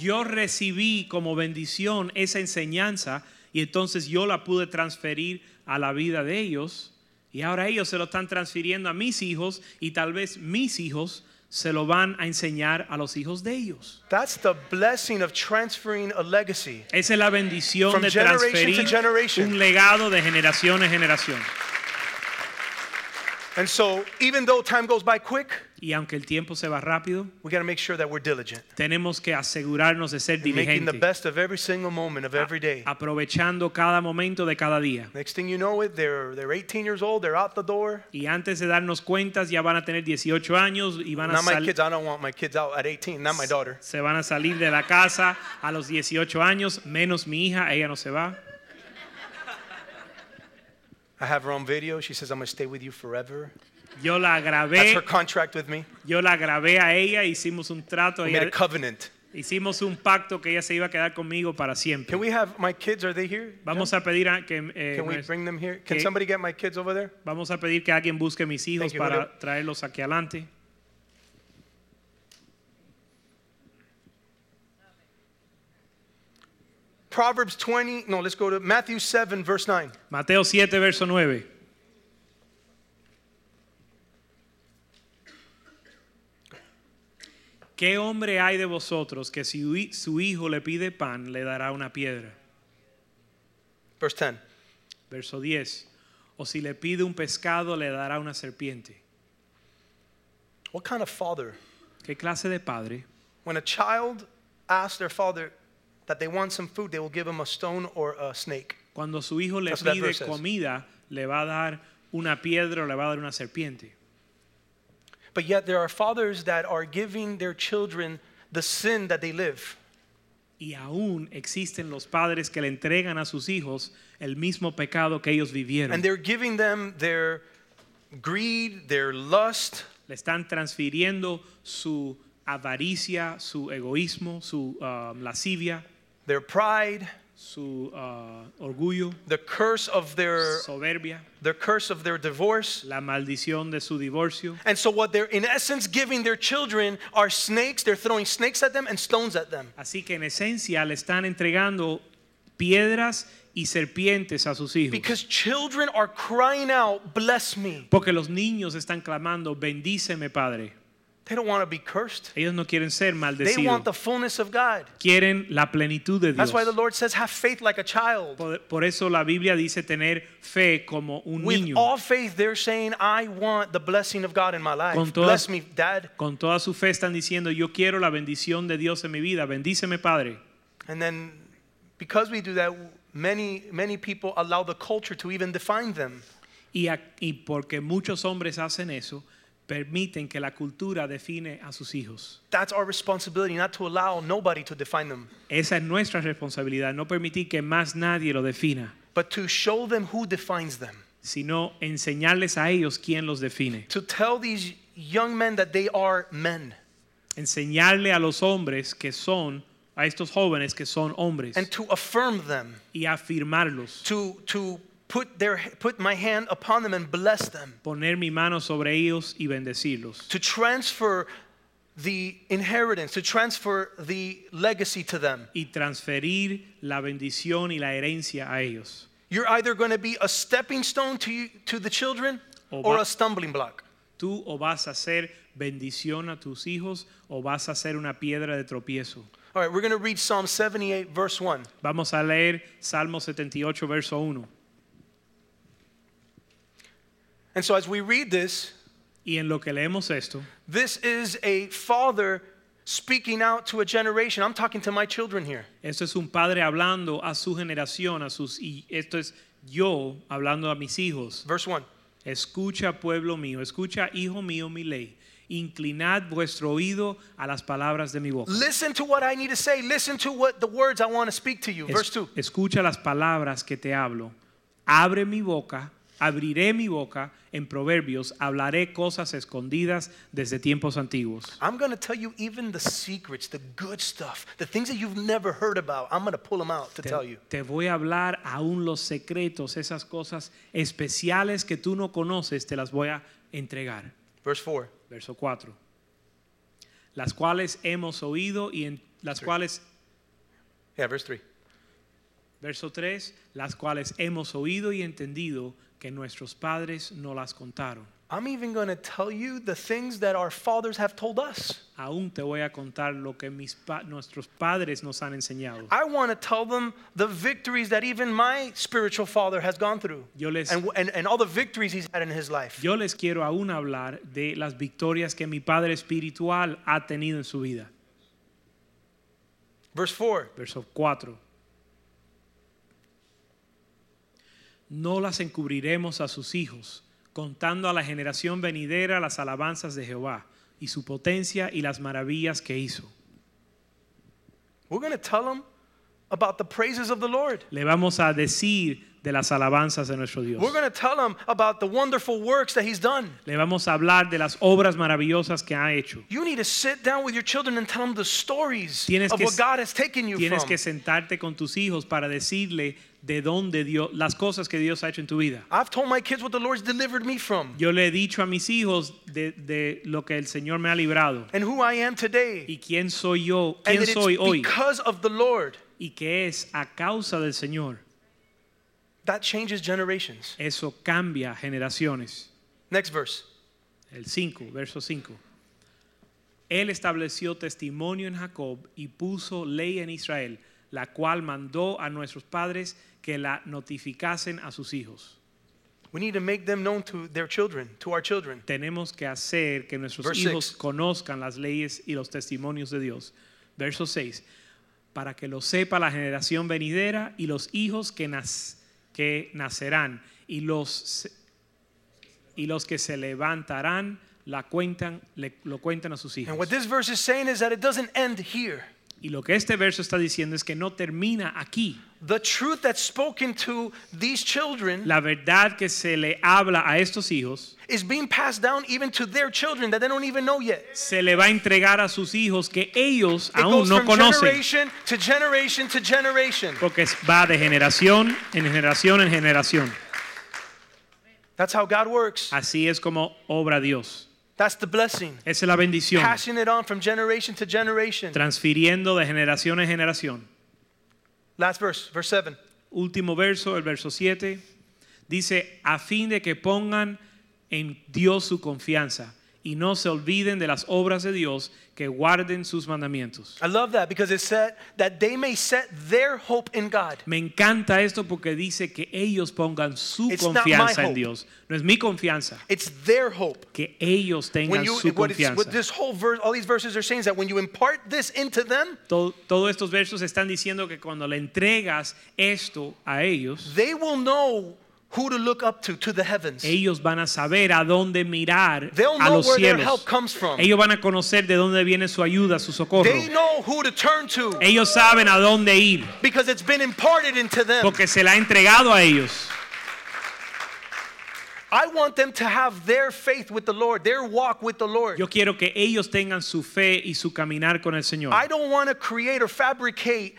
Speaker 3: yo recibí como bendición esa enseñanza y entonces yo la pude transferir a la vida de ellos y ahora ellos se lo están transfiriendo a mis hijos y tal vez mis hijos se lo van a enseñar a los hijos de ellos.
Speaker 2: That's the blessing of transferring a legacy.
Speaker 3: Esa es la bendición
Speaker 2: From
Speaker 3: de
Speaker 2: generation to
Speaker 3: transferir
Speaker 2: generation.
Speaker 3: un legado de generación en generación.
Speaker 2: And so, even though time goes by quick,
Speaker 3: Y aunque el tiempo se va rápido,
Speaker 2: we gotta make sure that we're diligent,
Speaker 3: tenemos que asegurarnos de ser
Speaker 2: in making the
Speaker 3: diligentes.
Speaker 2: best of every single moment of every day.
Speaker 3: ah. aprovechando cada momento de cada día.
Speaker 2: Next thing you know it, they're, they're 18 years old, they're out the door.
Speaker 3: Y antes de darnos cuentas ya van a tener 18 años y van a
Speaker 2: Not my
Speaker 3: sal-
Speaker 2: kids, I don't want my kids out at 18, not my daughter.
Speaker 3: se van a salir de la casa a los 18 años, menos mi hija, ella no se va.
Speaker 2: I have her on video. She says, I'm going to stay with you forever.
Speaker 3: Yo la
Speaker 2: That's her
Speaker 3: grabé,
Speaker 2: contract with me.
Speaker 3: yo la grabé a ella, hicimos un trato,
Speaker 2: We made a
Speaker 3: ella-
Speaker 2: covenant.
Speaker 3: hicimos un pacto que ella se iba a quedar conmigo para siempre.
Speaker 2: Can we have my kids? Are they here?
Speaker 3: Vamos a pedir a que eh,
Speaker 2: Can we
Speaker 3: nos-
Speaker 2: bring them here? Can
Speaker 3: que-
Speaker 2: somebody get my kids over there?
Speaker 3: vamos a pedir que alguien busque a mis hijos
Speaker 2: Thank you,
Speaker 3: para
Speaker 2: Julio.
Speaker 3: traerlos aquí adelante.
Speaker 2: Proverbs 20. No, let's go to Matthew 7, verse 9.
Speaker 3: Mateo 7 verso 9. ¿Qué hombre hay de vosotros que si hui- su hijo le pide pan le dará una piedra?
Speaker 2: Verse 10.
Speaker 3: Verso 10. O si le pide un pescado le dará una serpiente.
Speaker 2: What kind of father?
Speaker 3: ¿Qué clase de padre?
Speaker 2: When a child asks their father that they want some food, they will give him a stone or a snake.
Speaker 3: Cuando su hijo le
Speaker 2: That's what that
Speaker 3: pide
Speaker 2: verse says.
Speaker 3: comida le va a dar una piedra o le va a dar una serpiente.
Speaker 2: But yet, there are fathers that are giving their children the sin that they live.
Speaker 3: Y aún existen los padres que le entregan a sus hijos el mismo pecado que ellos vivieron.
Speaker 2: And they're giving them their greed, their lust,
Speaker 3: Le están transfiriendo su avaricia, su egoísmo, su ah, lascivia,
Speaker 2: their pride,
Speaker 3: su ah, orgullo,
Speaker 2: the curse of their
Speaker 3: soberbia,
Speaker 2: the curse of their divorce.
Speaker 3: la maldición de su divorcio.
Speaker 2: And so what they're in essence giving their children are snakes. They're throwing snakes at them and stones at them.
Speaker 3: Así que en esencia le están entregando piedras y serpientes a sus hijos.
Speaker 2: Because children are crying out, "Bless me."
Speaker 3: porque los niños están clamando, bendíceme Padre.
Speaker 2: They don't want to be cursed.
Speaker 3: Ellos no quieren
Speaker 2: They
Speaker 3: ser
Speaker 2: want the
Speaker 3: maldecidos.
Speaker 2: fullness of God.
Speaker 3: Quieren la plenitud de Dios.
Speaker 2: That's why the Lord says, "Have faith like a child."
Speaker 3: Por, por eso la Biblia dice tener fe como un
Speaker 2: With
Speaker 3: niño.
Speaker 2: all faith, they're saying, "I want the blessing of God in my
Speaker 3: Con
Speaker 2: life."
Speaker 3: todas-
Speaker 2: Bless me, Dad.
Speaker 3: Con toda su fe están diciendo, yo quiero la bendición de Dios en mi vida, bendíceme Padre.
Speaker 2: And then, because we do that, many many people allow the culture to even define them.
Speaker 3: Y, a- y porque muchos hombres hacen eso, permiten que la cultura define a sus hijos.
Speaker 2: That's our responsibility, not to allow nobody to define them,
Speaker 3: Esa es nuestra responsabilidad, no permitir que más nadie lo defina,
Speaker 2: but to show them who defines them.
Speaker 3: sino enseñarles a ellos quién los define.
Speaker 2: To tell these young men that they are men,
Speaker 3: Enseñarle a los hombres que son, a estos jóvenes que son hombres,
Speaker 2: and to affirm them,
Speaker 3: y afirmarlos,
Speaker 2: to to put their put my hand upon them and bless them,
Speaker 3: poner mi mano sobre ellos y bendecirlos.
Speaker 2: to transfer the inheritance, to transfer the legacy to them.
Speaker 3: y transferir la bendición y la herencia a ellos.
Speaker 2: You're either going to be a stepping stone to you, to the children,
Speaker 3: O
Speaker 2: or
Speaker 3: va-
Speaker 2: a stumbling block.
Speaker 3: Tú o vas a hacer bendición a tus hijos o vas a ser una piedra de tropiezo.
Speaker 2: All right, we're going to read Psalm 78, verse 1.
Speaker 3: Vamos a leer Salmo 78, verso 1.
Speaker 2: And so, as we read this,
Speaker 3: Y en lo que leemos esto,
Speaker 2: this is a father speaking out to a generation. I'm talking to my children here.
Speaker 3: esto es un padre hablando a su generación, a sus y esto es yo hablando a mis hijos.
Speaker 2: Verse 1
Speaker 3: Escucha, pueblo mío, escucha, hijo mío, mi ley. Inclinad vuestro oído a las palabras de mi boca.
Speaker 2: Listen to what I need to say. Listen to what the words I want to speak to you.
Speaker 3: Es-
Speaker 2: Verse 2
Speaker 3: Escucha las palabras que te hablo. Abre mi boca, abriré mi boca en proverbios, hablaré cosas escondidas desde tiempos antiguos.
Speaker 2: I'm going to tell you even the secrets, the good stuff, the things that you've never heard about. I'm going to pull them out to
Speaker 3: Te,
Speaker 2: tell you.
Speaker 3: te voy a hablar aún los secretos, esas cosas especiales que tú no conoces, te las voy a entregar.
Speaker 2: Verse 4
Speaker 3: Verso 4. Las cuales hemos oído y en las cuales
Speaker 2: Yeah, verse 3.
Speaker 3: Verso 3, las cuales hemos oído y entendido que nuestros padres no las contaron.
Speaker 2: I'm even going to tell you the things that our fathers have told us.
Speaker 3: aún te voy a contar lo que mis pa- nuestros padres nos han enseñado.
Speaker 2: I want to tell them the victories that even my spiritual father has gone through
Speaker 3: Yo les,
Speaker 2: and, and, and all the victories he's had in his life.
Speaker 3: yo les quiero aún hablar de las victorias que mi padre espiritual ha tenido en su vida.
Speaker 2: Verse 4
Speaker 3: Verso 4. No las encubriremos a sus hijos, contando a la generación venidera las alabanzas de Jehová y su potencia y las maravillas que hizo.
Speaker 2: We're going to tell them about the praises of the Lord.
Speaker 3: Le vamos a decir de las alabanzas de nuestro Dios.
Speaker 2: We're going to tell them about the wonderful works that he's done.
Speaker 3: Le vamos a hablar de las obras maravillosas que ha hecho.
Speaker 2: You need to sit down with your children and tell them the stories
Speaker 3: Tienes
Speaker 2: of
Speaker 3: que
Speaker 2: what
Speaker 3: s-
Speaker 2: God has taken you
Speaker 3: Tienes
Speaker 2: from.
Speaker 3: que sentarte con tus hijos para decirle de dónde Dios, las cosas que Dios ha hecho en tu vida.
Speaker 2: I've told my kids what the Lord's delivered me from
Speaker 3: Yo le he dicho a mis hijos de, de lo que el Señor me ha librado
Speaker 2: and who I am today.
Speaker 3: y quién soy yo,
Speaker 2: And
Speaker 3: quién
Speaker 2: that
Speaker 3: soy
Speaker 2: it's
Speaker 3: hoy
Speaker 2: because of the Lord
Speaker 3: y que es a causa del Señor.
Speaker 2: that changes generations.
Speaker 3: Eso cambia generaciones.
Speaker 2: Next verse.
Speaker 3: El 5, verso 5. Él estableció testimonio en Jacob y puso ley en Israel, la cual mandó a nuestros padres que la notificasen a sus hijos.
Speaker 2: We need to make them known to their children, to our children.
Speaker 3: tenemos que hacer que nuestros
Speaker 2: Verse
Speaker 3: hijos
Speaker 2: six.
Speaker 3: conozcan las leyes y los testimonios de Dios. Verso 6. Para que lo sepa la generación venidera y los hijos que, nas- que nacerán y los, se- y los que se levantarán la cuentan, le- lo cuentan a sus hijos.
Speaker 2: And what this verse is saying is that it doesn't end here.
Speaker 3: Y lo que este verso está diciendo es que no termina aquí.
Speaker 2: the truth that's spoken to these children
Speaker 3: La verdad que se le habla a estos hijos
Speaker 2: is being passed down even to their children that they don't even know yet.
Speaker 3: se le va a entregar a sus hijos que ellos
Speaker 2: It
Speaker 3: aún
Speaker 2: goes
Speaker 3: no
Speaker 2: from
Speaker 3: conocen.
Speaker 2: generation to generation to generation.
Speaker 3: Porque es- va de generación en generación en generación.
Speaker 2: That's how God works.
Speaker 3: Así es como obra Dios.
Speaker 2: That's the blessing.
Speaker 3: Esa es la bendición.
Speaker 2: Passing it on from generation to generation.
Speaker 3: Transfiriendo de generación en generación.
Speaker 2: Last verse, verse 7.
Speaker 3: Último verso, el verso 7. Dice, a fin de que pongan en Dios su confianza y no se olviden de las obras de Dios, que guarden sus mandamientos.
Speaker 2: I love that because it said that they may set their hope in God.
Speaker 3: Me encanta esto porque dice que ellos pongan su
Speaker 2: It's not my
Speaker 3: confianza en
Speaker 2: hope.
Speaker 3: Dios. No es mi confianza,
Speaker 2: It's their hope.
Speaker 3: que ellos tengan
Speaker 2: When you
Speaker 3: su
Speaker 2: what, it's, what
Speaker 3: confianza.
Speaker 2: this whole verse, all these verses are saying is that when you impart this into them,
Speaker 3: Todo- todos estos versos están diciendo que cuando le entregas esto a ellos,
Speaker 2: they will know who to look up to to the heavens.
Speaker 3: ellos van a saber a dónde mirar
Speaker 2: They'll
Speaker 3: a
Speaker 2: know
Speaker 3: los
Speaker 2: where their
Speaker 3: cielos.
Speaker 2: help comes from.
Speaker 3: Ellos van a conocer de dónde viene su ayuda, su socorro.
Speaker 2: They know who to turn to
Speaker 3: Ellos saben a dónde ir
Speaker 2: because it's been imparted into them.
Speaker 3: porque se la ha entregado a ellos.
Speaker 2: I want them to have their faith with the Lord, their walk with the Lord.
Speaker 3: Yo quiero que ellos tengan su fe y su caminar con el Señor.
Speaker 2: I don't want to create or fabricate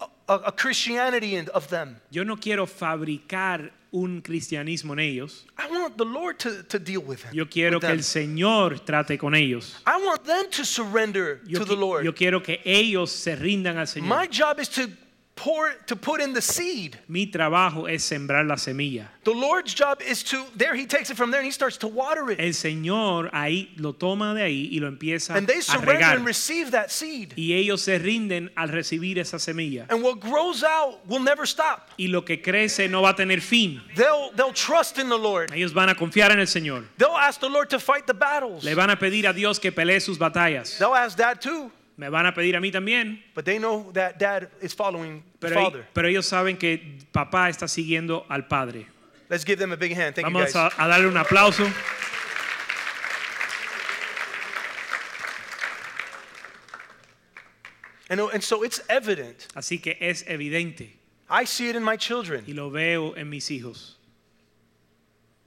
Speaker 2: a, a- a Christianity in- of them.
Speaker 3: Yo no quiero fabricar un cristianismo en ellos.
Speaker 2: I want the Lord to, to deal with them.
Speaker 3: Yo quiero
Speaker 2: with
Speaker 3: que
Speaker 2: them.
Speaker 3: el Señor trate con ellos.
Speaker 2: I want them to surrender
Speaker 3: Yo,
Speaker 2: to the
Speaker 3: qui-
Speaker 2: Lord.
Speaker 3: yo quiero que ellos se rindan al Señor.
Speaker 2: My job is to pour to put in the seed.
Speaker 3: Mi trabajo es sembrar la semilla.
Speaker 2: The Lord's job is to there he takes it from there and he starts to water it.
Speaker 3: El Señor ahí lo toma de ahí y lo empieza
Speaker 2: And they
Speaker 3: a
Speaker 2: surrender and
Speaker 3: regar.
Speaker 2: receive that seed.
Speaker 3: Y ellos se rinden al recibir esa semilla.
Speaker 2: And what grows out will never stop.
Speaker 3: Y lo que crece no va a tener fin.
Speaker 2: They'll they'll trust in the Lord.
Speaker 3: Ellos van a confiar en el Señor.
Speaker 2: They'll ask the Lord to fight the battles.
Speaker 3: Le van a pedir a Dios que pelee sus batallas.
Speaker 2: They'll ask dad too,
Speaker 3: Me van a pedir a mí también.
Speaker 2: but they know that dad is following the
Speaker 3: Pero,
Speaker 2: father.
Speaker 3: pero ellos saben que papá está siguiendo al Padre.
Speaker 2: Let's give them a big hand. Thank you
Speaker 3: Vamos
Speaker 2: guys.
Speaker 3: a, a darle un aplauso.
Speaker 2: And, and so it's evident.
Speaker 3: Así que es evidente.
Speaker 2: I see it in my
Speaker 3: Y
Speaker 2: children.
Speaker 3: lo veo en mis hijos.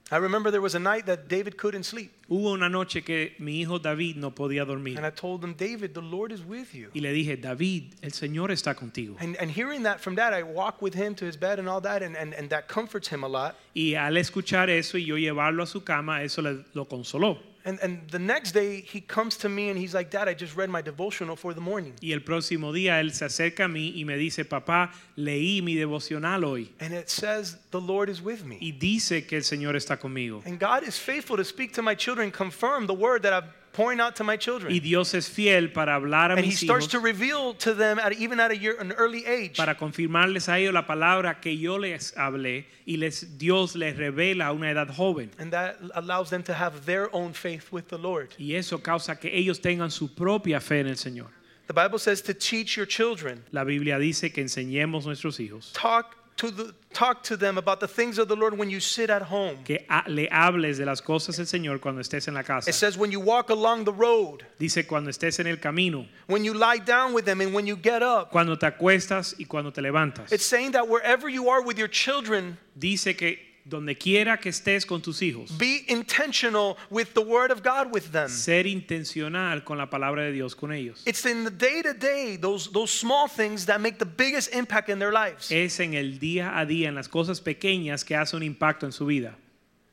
Speaker 2: I remember there was a night that David couldn't sleep.
Speaker 3: Hubo una noche que mi hijo David no podía dormir.
Speaker 2: And I told him, David, the Lord is with you.
Speaker 3: Y le dije, David, el Señor está contigo.
Speaker 2: And, and hearing that from dad, I walk with him to his bed and all that, and, and, and that comforts him a lot.
Speaker 3: Y al escuchar eso y yo llevarlo a su cama, eso le- lo consoló.
Speaker 2: And, and the next day, he comes to me and he's like, Dad, I just read my devotional for the morning.
Speaker 3: Y el próximo día él se acerca a mí y me dice, papá, leí mi devocional hoy.
Speaker 2: And it says, The Lord is with me.
Speaker 3: Y dice que el Señor está conmigo.
Speaker 2: And God is faithful to speak to my children, confirm the word that I'm pouring out to my
Speaker 3: Y
Speaker 2: children.
Speaker 3: Dios es fiel para hablar a
Speaker 2: And he
Speaker 3: mis
Speaker 2: starts
Speaker 3: hijos,
Speaker 2: to reveal to them, at, even at a year, an early age,
Speaker 3: para confirmarles a ellos la palabra que yo les hablé y les, Dios les revela a una edad joven.
Speaker 2: and that allows them to have their own faith with the Lord.
Speaker 3: Y eso causa que ellos tengan su propia fe en el Señor.
Speaker 2: The Bible says to teach your children,
Speaker 3: La Biblia dice que enseñemos a nuestros hijos
Speaker 2: talk to, the, talk to them about the things of the Lord when you sit at home.
Speaker 3: que ha- le hables de las cosas del Señor cuando estés en la casa.
Speaker 2: It says when you walk along the road,
Speaker 3: Dice cuando estés en el camino,
Speaker 2: when you lie down with them, and when you get up.
Speaker 3: cuando te acuestas y cuando te levantas.
Speaker 2: It's saying that wherever you are with your children,
Speaker 3: Dice que donde quiera que estés con tus hijos,
Speaker 2: be intentional with the word of God with them.
Speaker 3: ser intencional con la palabra de Dios con ellos.
Speaker 2: It's in the day to day, those those small things that make the biggest impact in their lives.
Speaker 3: Es en el día a día, en las cosas pequeñas que hace un impacto en su vida.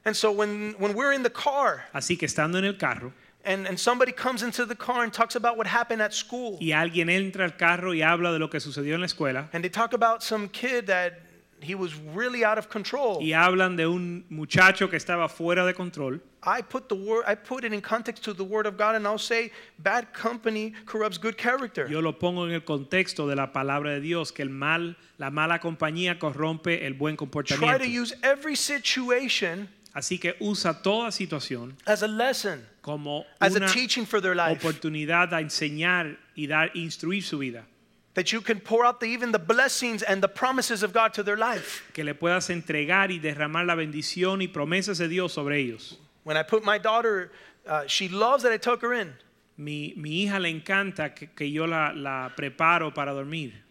Speaker 2: And so when when we're in the car
Speaker 3: Así que estando en el carro
Speaker 2: and, and somebody comes into the car and talks about what happened at school,
Speaker 3: y alguien entra al carro y habla de lo que sucedió en la escuela
Speaker 2: and they talk about some kid that he was really out of control.
Speaker 3: y hablan de un muchacho que estaba fuera de control,
Speaker 2: I put the word I put it in context to the word of God and I'll say bad company corrupts good character.
Speaker 3: yo lo pongo en el contexto de la palabra de Dios, que el mal, la mala compañía corrompe el buen
Speaker 2: Try to
Speaker 3: comportamiento.
Speaker 2: use every situation
Speaker 3: Así que usa toda situación
Speaker 2: as a lesson,
Speaker 3: como
Speaker 2: as a
Speaker 3: una
Speaker 2: teaching for their life.
Speaker 3: oportunidad a enseñar y dar instruir su vida,
Speaker 2: That you can pour out the, even the blessings and the promises of God to their life.
Speaker 3: que le puedas entregar y derramar la bendición y promesas de Dios sobre ellos.
Speaker 2: When I put my daughter, uh, she loves that I took her in.
Speaker 3: Mi, mi hija le encanta que, que yo la, la preparo para dormir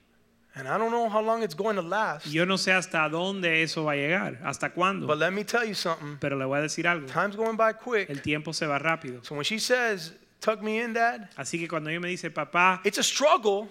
Speaker 2: And I don't know how long it's going to last.
Speaker 3: Y Yo no sé hasta dónde eso va a llegar, hasta cuándo,
Speaker 2: But let me tell you something.
Speaker 3: pero le voy a decir algo.
Speaker 2: Time's going by quick.
Speaker 3: El tiempo se va rápido.
Speaker 2: So when she says, "Tuck me in, Dad,"
Speaker 3: Así que cuando ella me dice, papá,
Speaker 2: it's a struggle.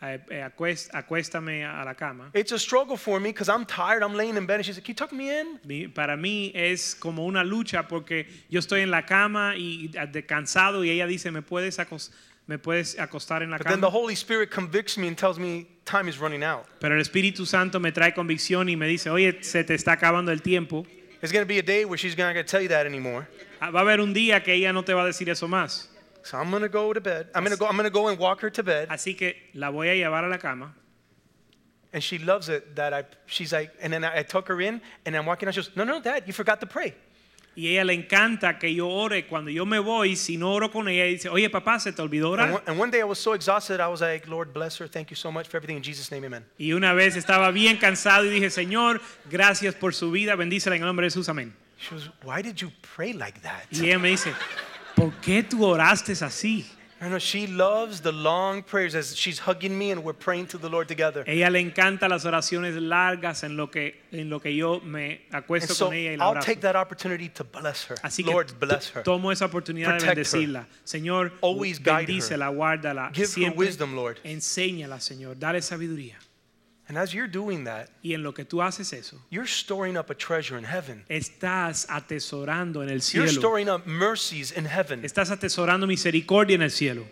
Speaker 3: eh, eh, acuest- acuéstame a la cama,
Speaker 2: It's a struggle for me because I'm tired. I'm laying in bed, and she said, "Can you tuck me in?"
Speaker 3: mi- para mí es como una lucha porque yo estoy en la cama y y, ah, de- cansado y ella dice, ¿me puedes, acos- me puedes acostar en la
Speaker 2: But then the
Speaker 3: cama?
Speaker 2: Holy Spirit convicts me and tells me time is running out.
Speaker 3: Pero el Espíritu Santo me trae convicción y me dice, oye, se te está acabando el tiempo.
Speaker 2: There's going to be a day where she's not going to tell you that anymore.
Speaker 3: Ah, Va a haber un día que ella no te va a decir eso más.
Speaker 2: So I'm going to go to bed. I'm going to go. I'm going to go and walk her to bed.
Speaker 3: Así que la voy a llevar a la cama.
Speaker 2: And she loves it that I. She's like, and then I, I tuck her in, and I'm walking out. She goes, "No, no, Dad, you forgot to pray."
Speaker 3: Y ella le encanta que yo ore cuando yo me voy. Si no oro con ella, dice, oye papá, se te olvidó
Speaker 2: And
Speaker 3: orar.
Speaker 2: one, and one day I was so exhausted, I was like, "Lord, bless her. Thank you so much for everything in Jesus' name, Amen."
Speaker 3: Y una vez estaba bien cansado y dije, Señor, gracias por su vida, bendícela en el nombre de Jesús, amén.
Speaker 2: She was, "Why did you pray like that?"
Speaker 3: Y ella me dice, ¿por qué tú oraste así?
Speaker 2: No, no, she loves the long prayers as she's hugging me and we're praying to the Lord together.
Speaker 3: Ella le encanta las oraciones largas en lo que, en lo que yo me
Speaker 2: And
Speaker 3: acuesto
Speaker 2: so
Speaker 3: con ella y la
Speaker 2: I'll
Speaker 3: abrazo.
Speaker 2: take that opportunity to bless her.
Speaker 3: Así que
Speaker 2: Lord, bless her.
Speaker 3: tomo esa oportunidad de
Speaker 2: Protect her.
Speaker 3: bendecirla. Señor,
Speaker 2: Always guide her.
Speaker 3: bendícela, guárdala.
Speaker 2: Give her
Speaker 3: Siempre
Speaker 2: wisdom, Lord.
Speaker 3: enséñala, Señor. Dale sabiduría.
Speaker 2: And as you're doing that,
Speaker 3: Y en lo que tú haces eso,
Speaker 2: you're storing up a treasure in heaven.
Speaker 3: estás atesorando en el
Speaker 2: You're
Speaker 3: cielo.
Speaker 2: storing up mercies in heaven.
Speaker 3: Estás atesorando misericordia en el cielo.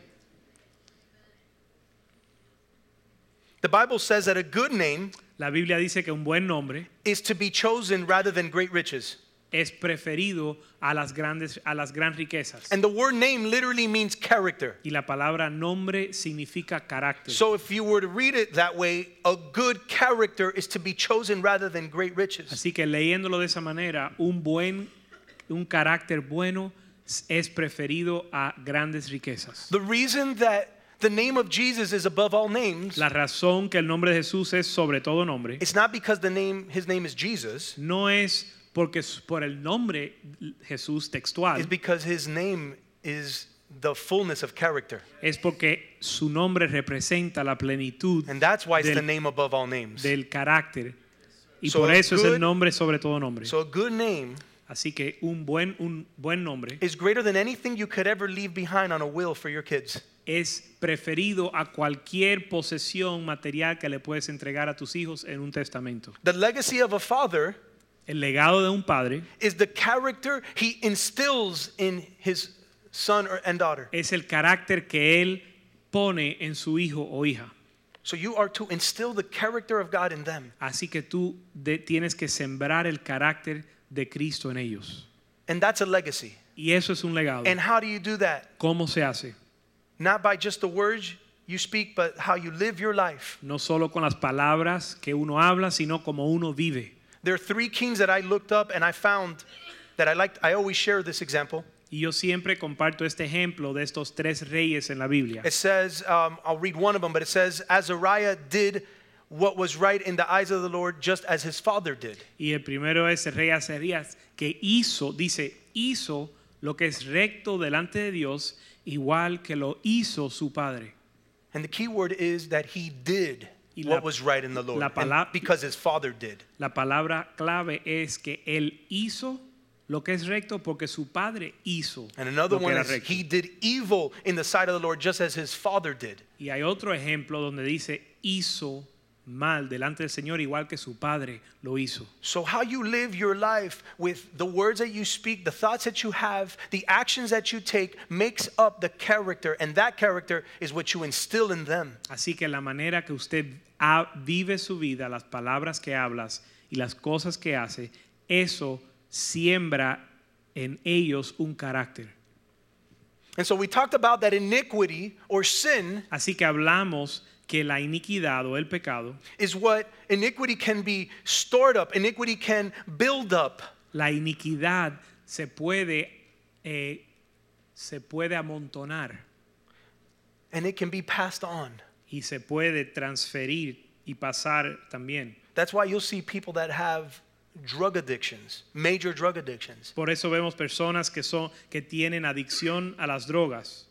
Speaker 2: The Bible says that a good name
Speaker 3: La Biblia dice que un buen nombre
Speaker 2: is to be chosen rather than great riches.
Speaker 3: es preferido a las grandes a las gran riquezas.
Speaker 2: And the word name literally means character.
Speaker 3: Y la palabra nombre significa carácter.
Speaker 2: So if you were to read it that way, a good character is to be chosen rather than great riches.
Speaker 3: Así que leyéndolo de esa manera, un buen un carácter bueno es preferido a grandes riquezas.
Speaker 2: The reason that the name of Jesus is above all names
Speaker 3: La razón que el nombre de Jesús es sobre todo nombre
Speaker 2: It's not because the name his name is Jesus.
Speaker 3: no es porque s- por el nombre Jesús
Speaker 2: It's
Speaker 3: textual,
Speaker 2: because his name is the fullness of character.
Speaker 3: es porque su nombre representa la plenitud
Speaker 2: And that's why it's the
Speaker 3: del,
Speaker 2: name above all names.
Speaker 3: del carácter. Y
Speaker 2: So
Speaker 3: por
Speaker 2: a
Speaker 3: eso es
Speaker 2: good-
Speaker 3: el nombre sobre todo nombre.
Speaker 2: So a good name
Speaker 3: Así que un buen, un buen nombre
Speaker 2: is greater than anything you could ever leave behind on a will for your kids.
Speaker 3: es preferido a cualquier posesión material que le puedes entregar a tus hijos en un testamento.
Speaker 2: The legacy of a father
Speaker 3: El legado de un padre
Speaker 2: is the character he instills in his son or, and daughter.
Speaker 3: es el carácter que él pone en su hijo o hija.
Speaker 2: So you are to instill the character of God in them.
Speaker 3: Así que tú de- tienes que sembrar el carácter de Cristo en ellos.
Speaker 2: And that's a legacy.
Speaker 3: Y eso es un legado.
Speaker 2: And how do you do that?
Speaker 3: ¿Cómo se hace?
Speaker 2: Not by just the words you speak, but how you live your life.
Speaker 3: No solo con las palabras que uno habla, sino como uno vive.
Speaker 2: There are three kings that I looked up and I found that I liked. I always share this example.
Speaker 3: Y yo siempre comparto este ejemplo de estos tres reyes en la Biblia.
Speaker 2: It says, um, I'll read one of them, but it says, Azariah did what was right in the eyes of the Lord, just as his father did.
Speaker 3: Y el primero es el rey Azarías, que hizo, dice, hizo lo que es recto delante de Dios, igual que lo hizo su padre.
Speaker 2: And the key word is that he did
Speaker 3: Y la-
Speaker 2: what was right in the Lord,
Speaker 3: la
Speaker 2: and
Speaker 3: pala-
Speaker 2: because his father did.
Speaker 3: La palabra clave es que él hizo lo que es recto porque su padre hizo
Speaker 2: And
Speaker 3: lo
Speaker 2: another
Speaker 3: que
Speaker 2: one
Speaker 3: era
Speaker 2: is,
Speaker 3: recto.
Speaker 2: he did evil in the sight of the Lord, just as his father did.
Speaker 3: Y hay otro ejemplo donde dice, hizo mal delante del Señor, igual que su padre lo hizo.
Speaker 2: So, how you live your life with the words that you speak, the thoughts that you have, the actions that you take makes up the character, and that character is what you instill in them.
Speaker 3: Así que la manera que usted ha- vive su vida, las palabras que hablas y las cosas que hace, eso siembra en ellos un carácter.
Speaker 2: And so, we talked about that iniquity or sin
Speaker 3: Así que hablamos que la iniquidad o el pecado,
Speaker 2: is what iniquity can be stored up, iniquity can build up.
Speaker 3: la iniquidad se puede, eh, se puede amontonar
Speaker 2: And it can be passed on.
Speaker 3: y se puede transferir y pasar también.
Speaker 2: That's why you'll see people that have drug addictions, major drug addictions.
Speaker 3: Por eso vemos personas que, son, que tienen adicción a las drogas.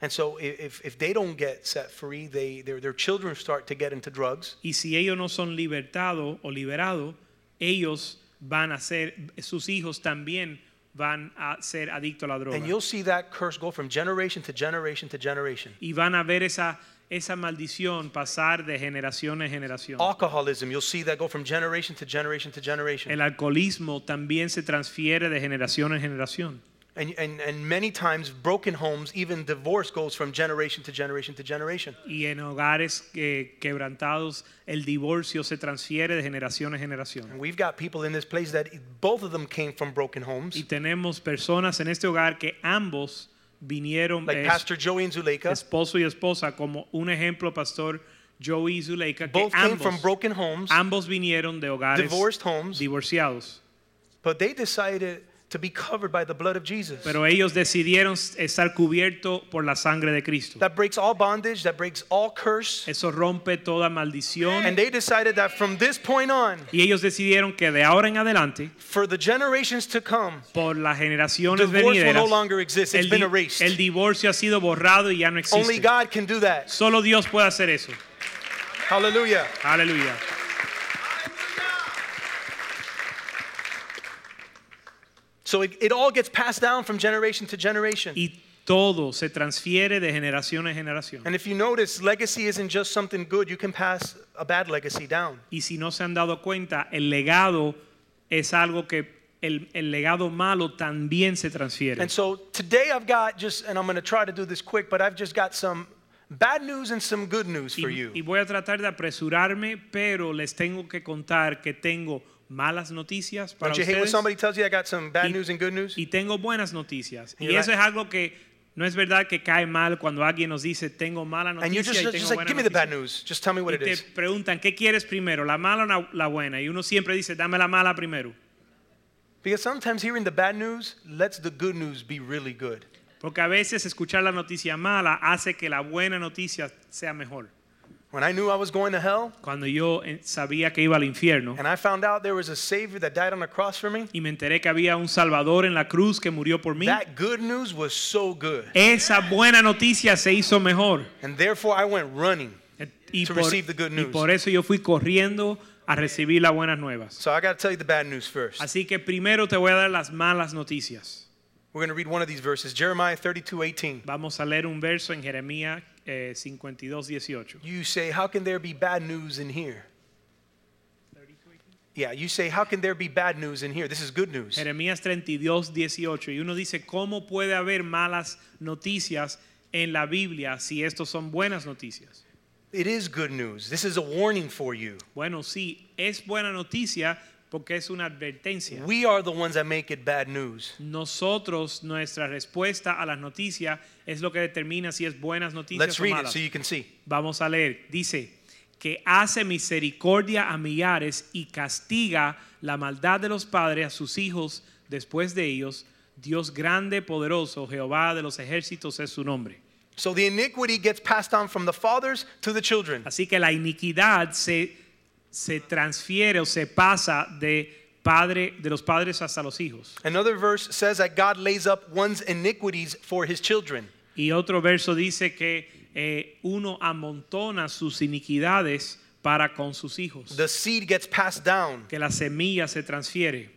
Speaker 2: And so i- if, if they don't get set free, they, their, their children start to get into drugs.
Speaker 3: Y si ellos no son libertados o liberados, ellos van a ser, sus hijos también van a ser adictos a la droga.
Speaker 2: And you'll see that curse go from generation to generation to generation.
Speaker 3: Y van a ver esa, esa maldición pasar de generación en generación.
Speaker 2: Alcoholism, you'll see that go from generation to generation to generation.
Speaker 3: El alcoholismo también se transfiere de generación en generación.
Speaker 2: And, and, and many times, broken homes, even divorce, goes from generation to generation to generation.
Speaker 3: Y en hogares eh, quebrantados, el divorcio se transfiere de generación en generación.
Speaker 2: And we've got people in this place that both of them came from broken
Speaker 3: Y
Speaker 2: homes,
Speaker 3: tenemos personas en este hogar que ambos vinieron,
Speaker 2: like
Speaker 3: eh,
Speaker 2: Pastor Joey and Zuleika.
Speaker 3: esposo y esposa, como un ejemplo, pastor Joey y Zuleika, que
Speaker 2: Both came from
Speaker 3: ambos,
Speaker 2: broken homes,
Speaker 3: ambos vinieron de hogares
Speaker 2: divorced homes,
Speaker 3: divorciados.
Speaker 2: but they decided to be covered by the blood of Jesus.
Speaker 3: Pero ellos decidieron estar cubiertos por la sangre de Cristo.
Speaker 2: That breaks all bondage, that breaks all curse.
Speaker 3: Eso rompe toda maldición.
Speaker 2: And they decided that from this point on,
Speaker 3: Y ellos decidieron que de ahora en adelante,
Speaker 2: for the generations to come,
Speaker 3: por las generaciones
Speaker 2: divorce will
Speaker 3: venideras,
Speaker 2: no longer exist. It's
Speaker 3: el,
Speaker 2: been
Speaker 3: di-
Speaker 2: erased.
Speaker 3: el divorcio ha sido borrado y ya no
Speaker 2: Only
Speaker 3: existe.
Speaker 2: God can do that.
Speaker 3: Solo Dios puede hacer eso.
Speaker 2: Hallelujah.
Speaker 3: Aleluya.
Speaker 2: So it, it all gets passed down from generation to generation.
Speaker 3: Y todo se transfiere de generación en generación.
Speaker 2: And if you notice, legacy isn't just something good, you can pass a bad legacy down.
Speaker 3: Y si no se han dado cuenta, el legado es algo que el, el legado malo también se transfiere.
Speaker 2: And so today I've got just, and I'm going to try to do this quick, but I've just got some bad news and some good news
Speaker 3: Y,
Speaker 2: for
Speaker 3: y
Speaker 2: you.
Speaker 3: voy a tratar de apresurarme, pero les tengo que contar que tengo malas noticias para
Speaker 2: Don't you hate when
Speaker 3: ustedes
Speaker 2: somebody tells you I got some bad
Speaker 3: y-
Speaker 2: news and good news?
Speaker 3: y tengo buenas noticias.
Speaker 2: You're
Speaker 3: Y eso
Speaker 2: like-
Speaker 3: es algo que no es verdad que cae mal cuando alguien nos dice tengo mala
Speaker 2: And you're
Speaker 3: noticia
Speaker 2: just,
Speaker 3: y tengo
Speaker 2: just like,
Speaker 3: buena
Speaker 2: give me the
Speaker 3: noticia".
Speaker 2: bad news. Just tell me what
Speaker 3: Y
Speaker 2: it
Speaker 3: te
Speaker 2: is.
Speaker 3: preguntan qué quieres primero, la mala o la- la buena, y uno siempre dice dame la mala primero.
Speaker 2: Because sometimes hearing the bad news lets the good news be really good.
Speaker 3: Porque a veces escuchar la noticia mala hace que la buena noticia sea mejor.
Speaker 2: When I knew I was going to hell,
Speaker 3: Cuando yo eh, sabía que iba al infierno
Speaker 2: and I found out there was a Savior that died on a cross for me,
Speaker 3: y me enteré que había un Salvador en la cruz que murió por mí,
Speaker 2: that good news was so good.
Speaker 3: esa buena noticia se hizo mejor.
Speaker 2: And therefore I went running.
Speaker 3: Eh, Y
Speaker 2: To
Speaker 3: por,
Speaker 2: receive the good
Speaker 3: y
Speaker 2: news.
Speaker 3: por eso yo fui corriendo a recibir las buenas nuevas.
Speaker 2: So I got to tell you the bad news first.
Speaker 3: Así que primero te voy a dar las malas noticias.
Speaker 2: We're going to read one of these verses, Jeremiah 32, 18.
Speaker 3: Vamos a leer un verso en Jeremías eh, 52, 18.
Speaker 2: You say, How can there be bad news in here? Yeah, you say, How can there be bad news in here? This is good news.
Speaker 3: Jeremías 32, 18. Y uno dice, ¿cómo puede haber malas noticias en la Biblia si estos son buenas noticias?
Speaker 2: It is good news. This is a warning for you.
Speaker 3: Bueno, sí, es buena noticia porque es una advertencia.
Speaker 2: We are the ones that make it bad news.
Speaker 3: Nosotros, nuestra respuesta a las noticias es lo que determina si es buenas noticias
Speaker 2: Let's
Speaker 3: o
Speaker 2: read it
Speaker 3: malas.
Speaker 2: so you can see.
Speaker 3: Vamos a leer. Dice, que hace misericordia a millares y castiga la maldad de los padres a sus hijos después de ellos. Dios grande, poderoso, Jehová de los ejércitos es su nombre.
Speaker 2: So the iniquity gets passed on from the fathers to the children.
Speaker 3: Así que la iniquidad se, se transfiere o se pasa de, padre, de los padres hasta los hijos.
Speaker 2: Another verse says that God lays up one's iniquities for his children.
Speaker 3: Y otro verso dice que eh, uno amontona sus iniquidades para con sus hijos.
Speaker 2: The seed gets passed down.
Speaker 3: Que la semilla se transfiere.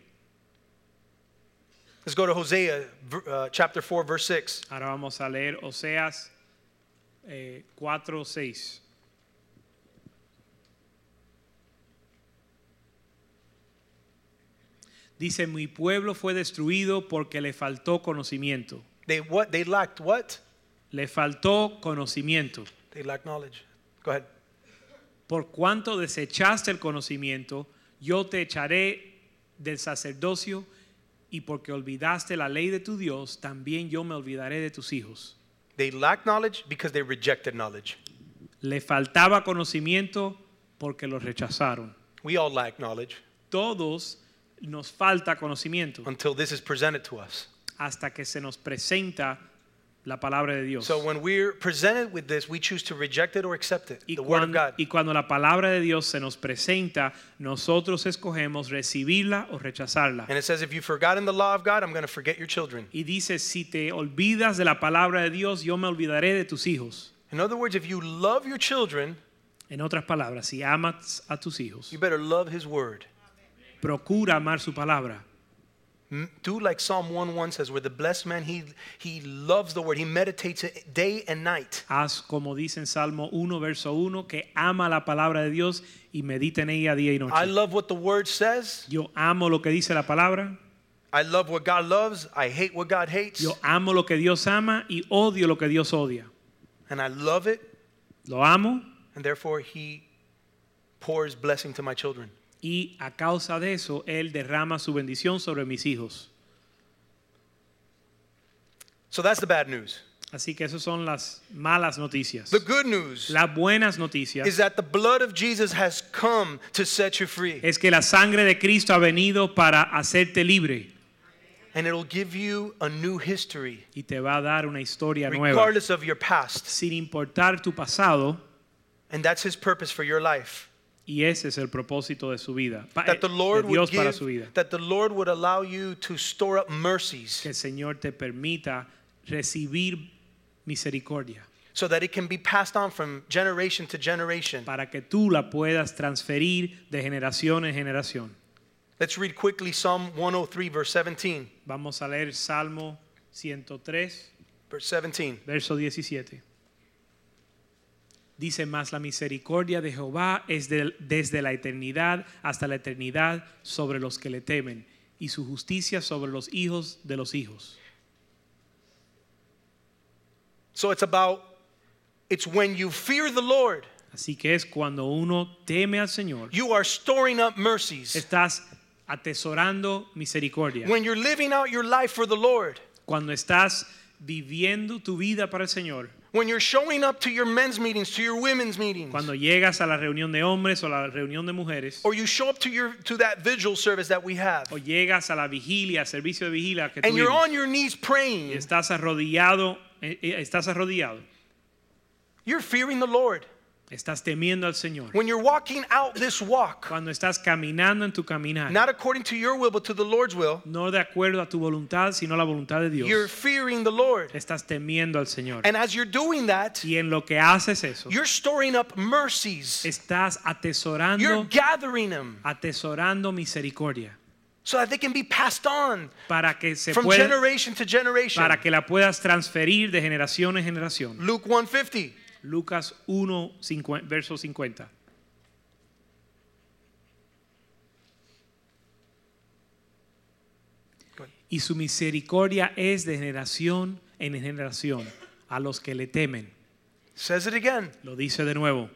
Speaker 2: Let's go to Hosea ver- uh, chapter 4, verse 6.
Speaker 3: Ahora vamos a leer Oseas eh, 4, 6. Dice, mi pueblo fue destruido porque le faltó conocimiento.
Speaker 2: They what? They lacked what?
Speaker 3: Le faltó conocimiento.
Speaker 2: They lacked knowledge. Go ahead.
Speaker 3: Por cuanto desechaste el conocimiento, yo te echaré del sacerdocio y porque olvidaste la ley de tu Dios, también yo me olvidaré de tus hijos.
Speaker 2: They lacked knowledge because they rejected knowledge.
Speaker 3: Le faltaba conocimiento porque los rechazaron.
Speaker 2: We all lack knowledge
Speaker 3: Todos nos falta conocimiento
Speaker 2: until this is presented to us.
Speaker 3: hasta que se nos presenta la palabra de Dios.
Speaker 2: So when we're presented with this, we choose to reject it or accept it,
Speaker 3: Y
Speaker 2: the Word of
Speaker 3: cuando,
Speaker 2: God.
Speaker 3: y cuando la palabra de Dios se nos presenta, nosotros escogemos recibirla o rechazarla.
Speaker 2: And it says, if you've forgotten the law of God, I'm going to forget your children.
Speaker 3: Y dice, si te olvidas de la palabra de Dios, yo me olvidaré de tus hijos.
Speaker 2: In other words, if you love your children,
Speaker 3: En otras palabras, si amas a tus hijos,
Speaker 2: you better love His Word.
Speaker 3: procura amar su palabra.
Speaker 2: M- Hmm? Do like Psalm 1:1 says, where the blessed man he he loves the Word, he meditates it day and night.
Speaker 3: Haz como dice en Salmo 1, verso 1, que ama la palabra de Dios y medita en ella día y
Speaker 2: I
Speaker 3: noche.
Speaker 2: love what the Word says.
Speaker 3: Yo amo lo que dice la palabra,
Speaker 2: I love what God loves. I hate what God hates.
Speaker 3: yo amo lo que Dios ama y odio lo que Dios odia.
Speaker 2: And I love it,
Speaker 3: Lo amo
Speaker 2: and therefore He pours blessing to my children.
Speaker 3: y a causa de eso Él derrama su bendición sobre mis hijos.
Speaker 2: So that's the bad news.
Speaker 3: Así que esas son las malas noticias.
Speaker 2: The good news
Speaker 3: Las buenas noticias
Speaker 2: is that the blood of Jesus has come to set you free,
Speaker 3: es que la sangre de Cristo ha venido para hacerte libre
Speaker 2: and it'll give you a new history,
Speaker 3: y te va a dar una historia nueva.
Speaker 2: regardless of your past.
Speaker 3: Sin importar tu pasado,
Speaker 2: And that's His purpose for your life.
Speaker 3: y ese es el propósito de su vida, pa- eh,
Speaker 2: That the Lord
Speaker 3: de
Speaker 2: would
Speaker 3: Dios para
Speaker 2: give,
Speaker 3: su vida.
Speaker 2: that the Lord would allow you to store up mercies,
Speaker 3: Que el Señor te permita recibir misericordia
Speaker 2: so that it can be passed on from generation to generation.
Speaker 3: para que tú la puedas transferir de generación en generación.
Speaker 2: Let's read quickly Psalm 103, verse 17.
Speaker 3: Vamos a leer Salmo 103,
Speaker 2: Verse 17.
Speaker 3: verso 17. Dice más, la misericordia de Jehová es del- desde la eternidad hasta la eternidad sobre los que le temen y su justicia sobre los hijos de los hijos.
Speaker 2: So it's about, it's when you fear the Lord,
Speaker 3: Así que es cuando uno teme al Señor,
Speaker 2: you are storing up mercies.
Speaker 3: estás atesorando misericordia.
Speaker 2: When you're living out your life for the Lord,
Speaker 3: Cuando estás viviendo tu vida para el Señor,
Speaker 2: when you're showing up to your men's meetings, to your women's meetings,
Speaker 3: cuando llegas a la reunión de hombres o la reunión de mujeres,
Speaker 2: or you show up to your to that vigil service that we have,
Speaker 3: o llegas a la vigilia, servicio de vigilia que
Speaker 2: and you're
Speaker 3: tuvimos,
Speaker 2: on your knees
Speaker 3: y
Speaker 2: praying,
Speaker 3: estás arrodillado, eh, eh, estás arrodillado,
Speaker 2: you're fearing the Lord.
Speaker 3: estás temiendo al Señor.
Speaker 2: When you're walking out this walk,
Speaker 3: Cuando estás caminando en tu caminar,
Speaker 2: not according to your will but to the Lord's will,
Speaker 3: no de acuerdo a tu voluntad, sino a la voluntad de
Speaker 2: you're
Speaker 3: Dios,
Speaker 2: fearing the Lord.
Speaker 3: estás temiendo al Señor.
Speaker 2: And as you're doing that,
Speaker 3: Y en lo que haces eso,
Speaker 2: you're storing up mercies.
Speaker 3: estás
Speaker 2: You're
Speaker 3: atesorando,
Speaker 2: gathering them
Speaker 3: atesorando misericordia
Speaker 2: so that they can be passed on
Speaker 3: para que se
Speaker 2: from
Speaker 3: pueda
Speaker 2: generation to generation.
Speaker 3: para que la puedas transferir de generación en generación.
Speaker 2: Luke 150.
Speaker 3: Lucas 1, 50, verso 50. Y su misericordia es de generación en generación a los que le temen.
Speaker 2: Says it again.
Speaker 3: Lo dice de nuevo.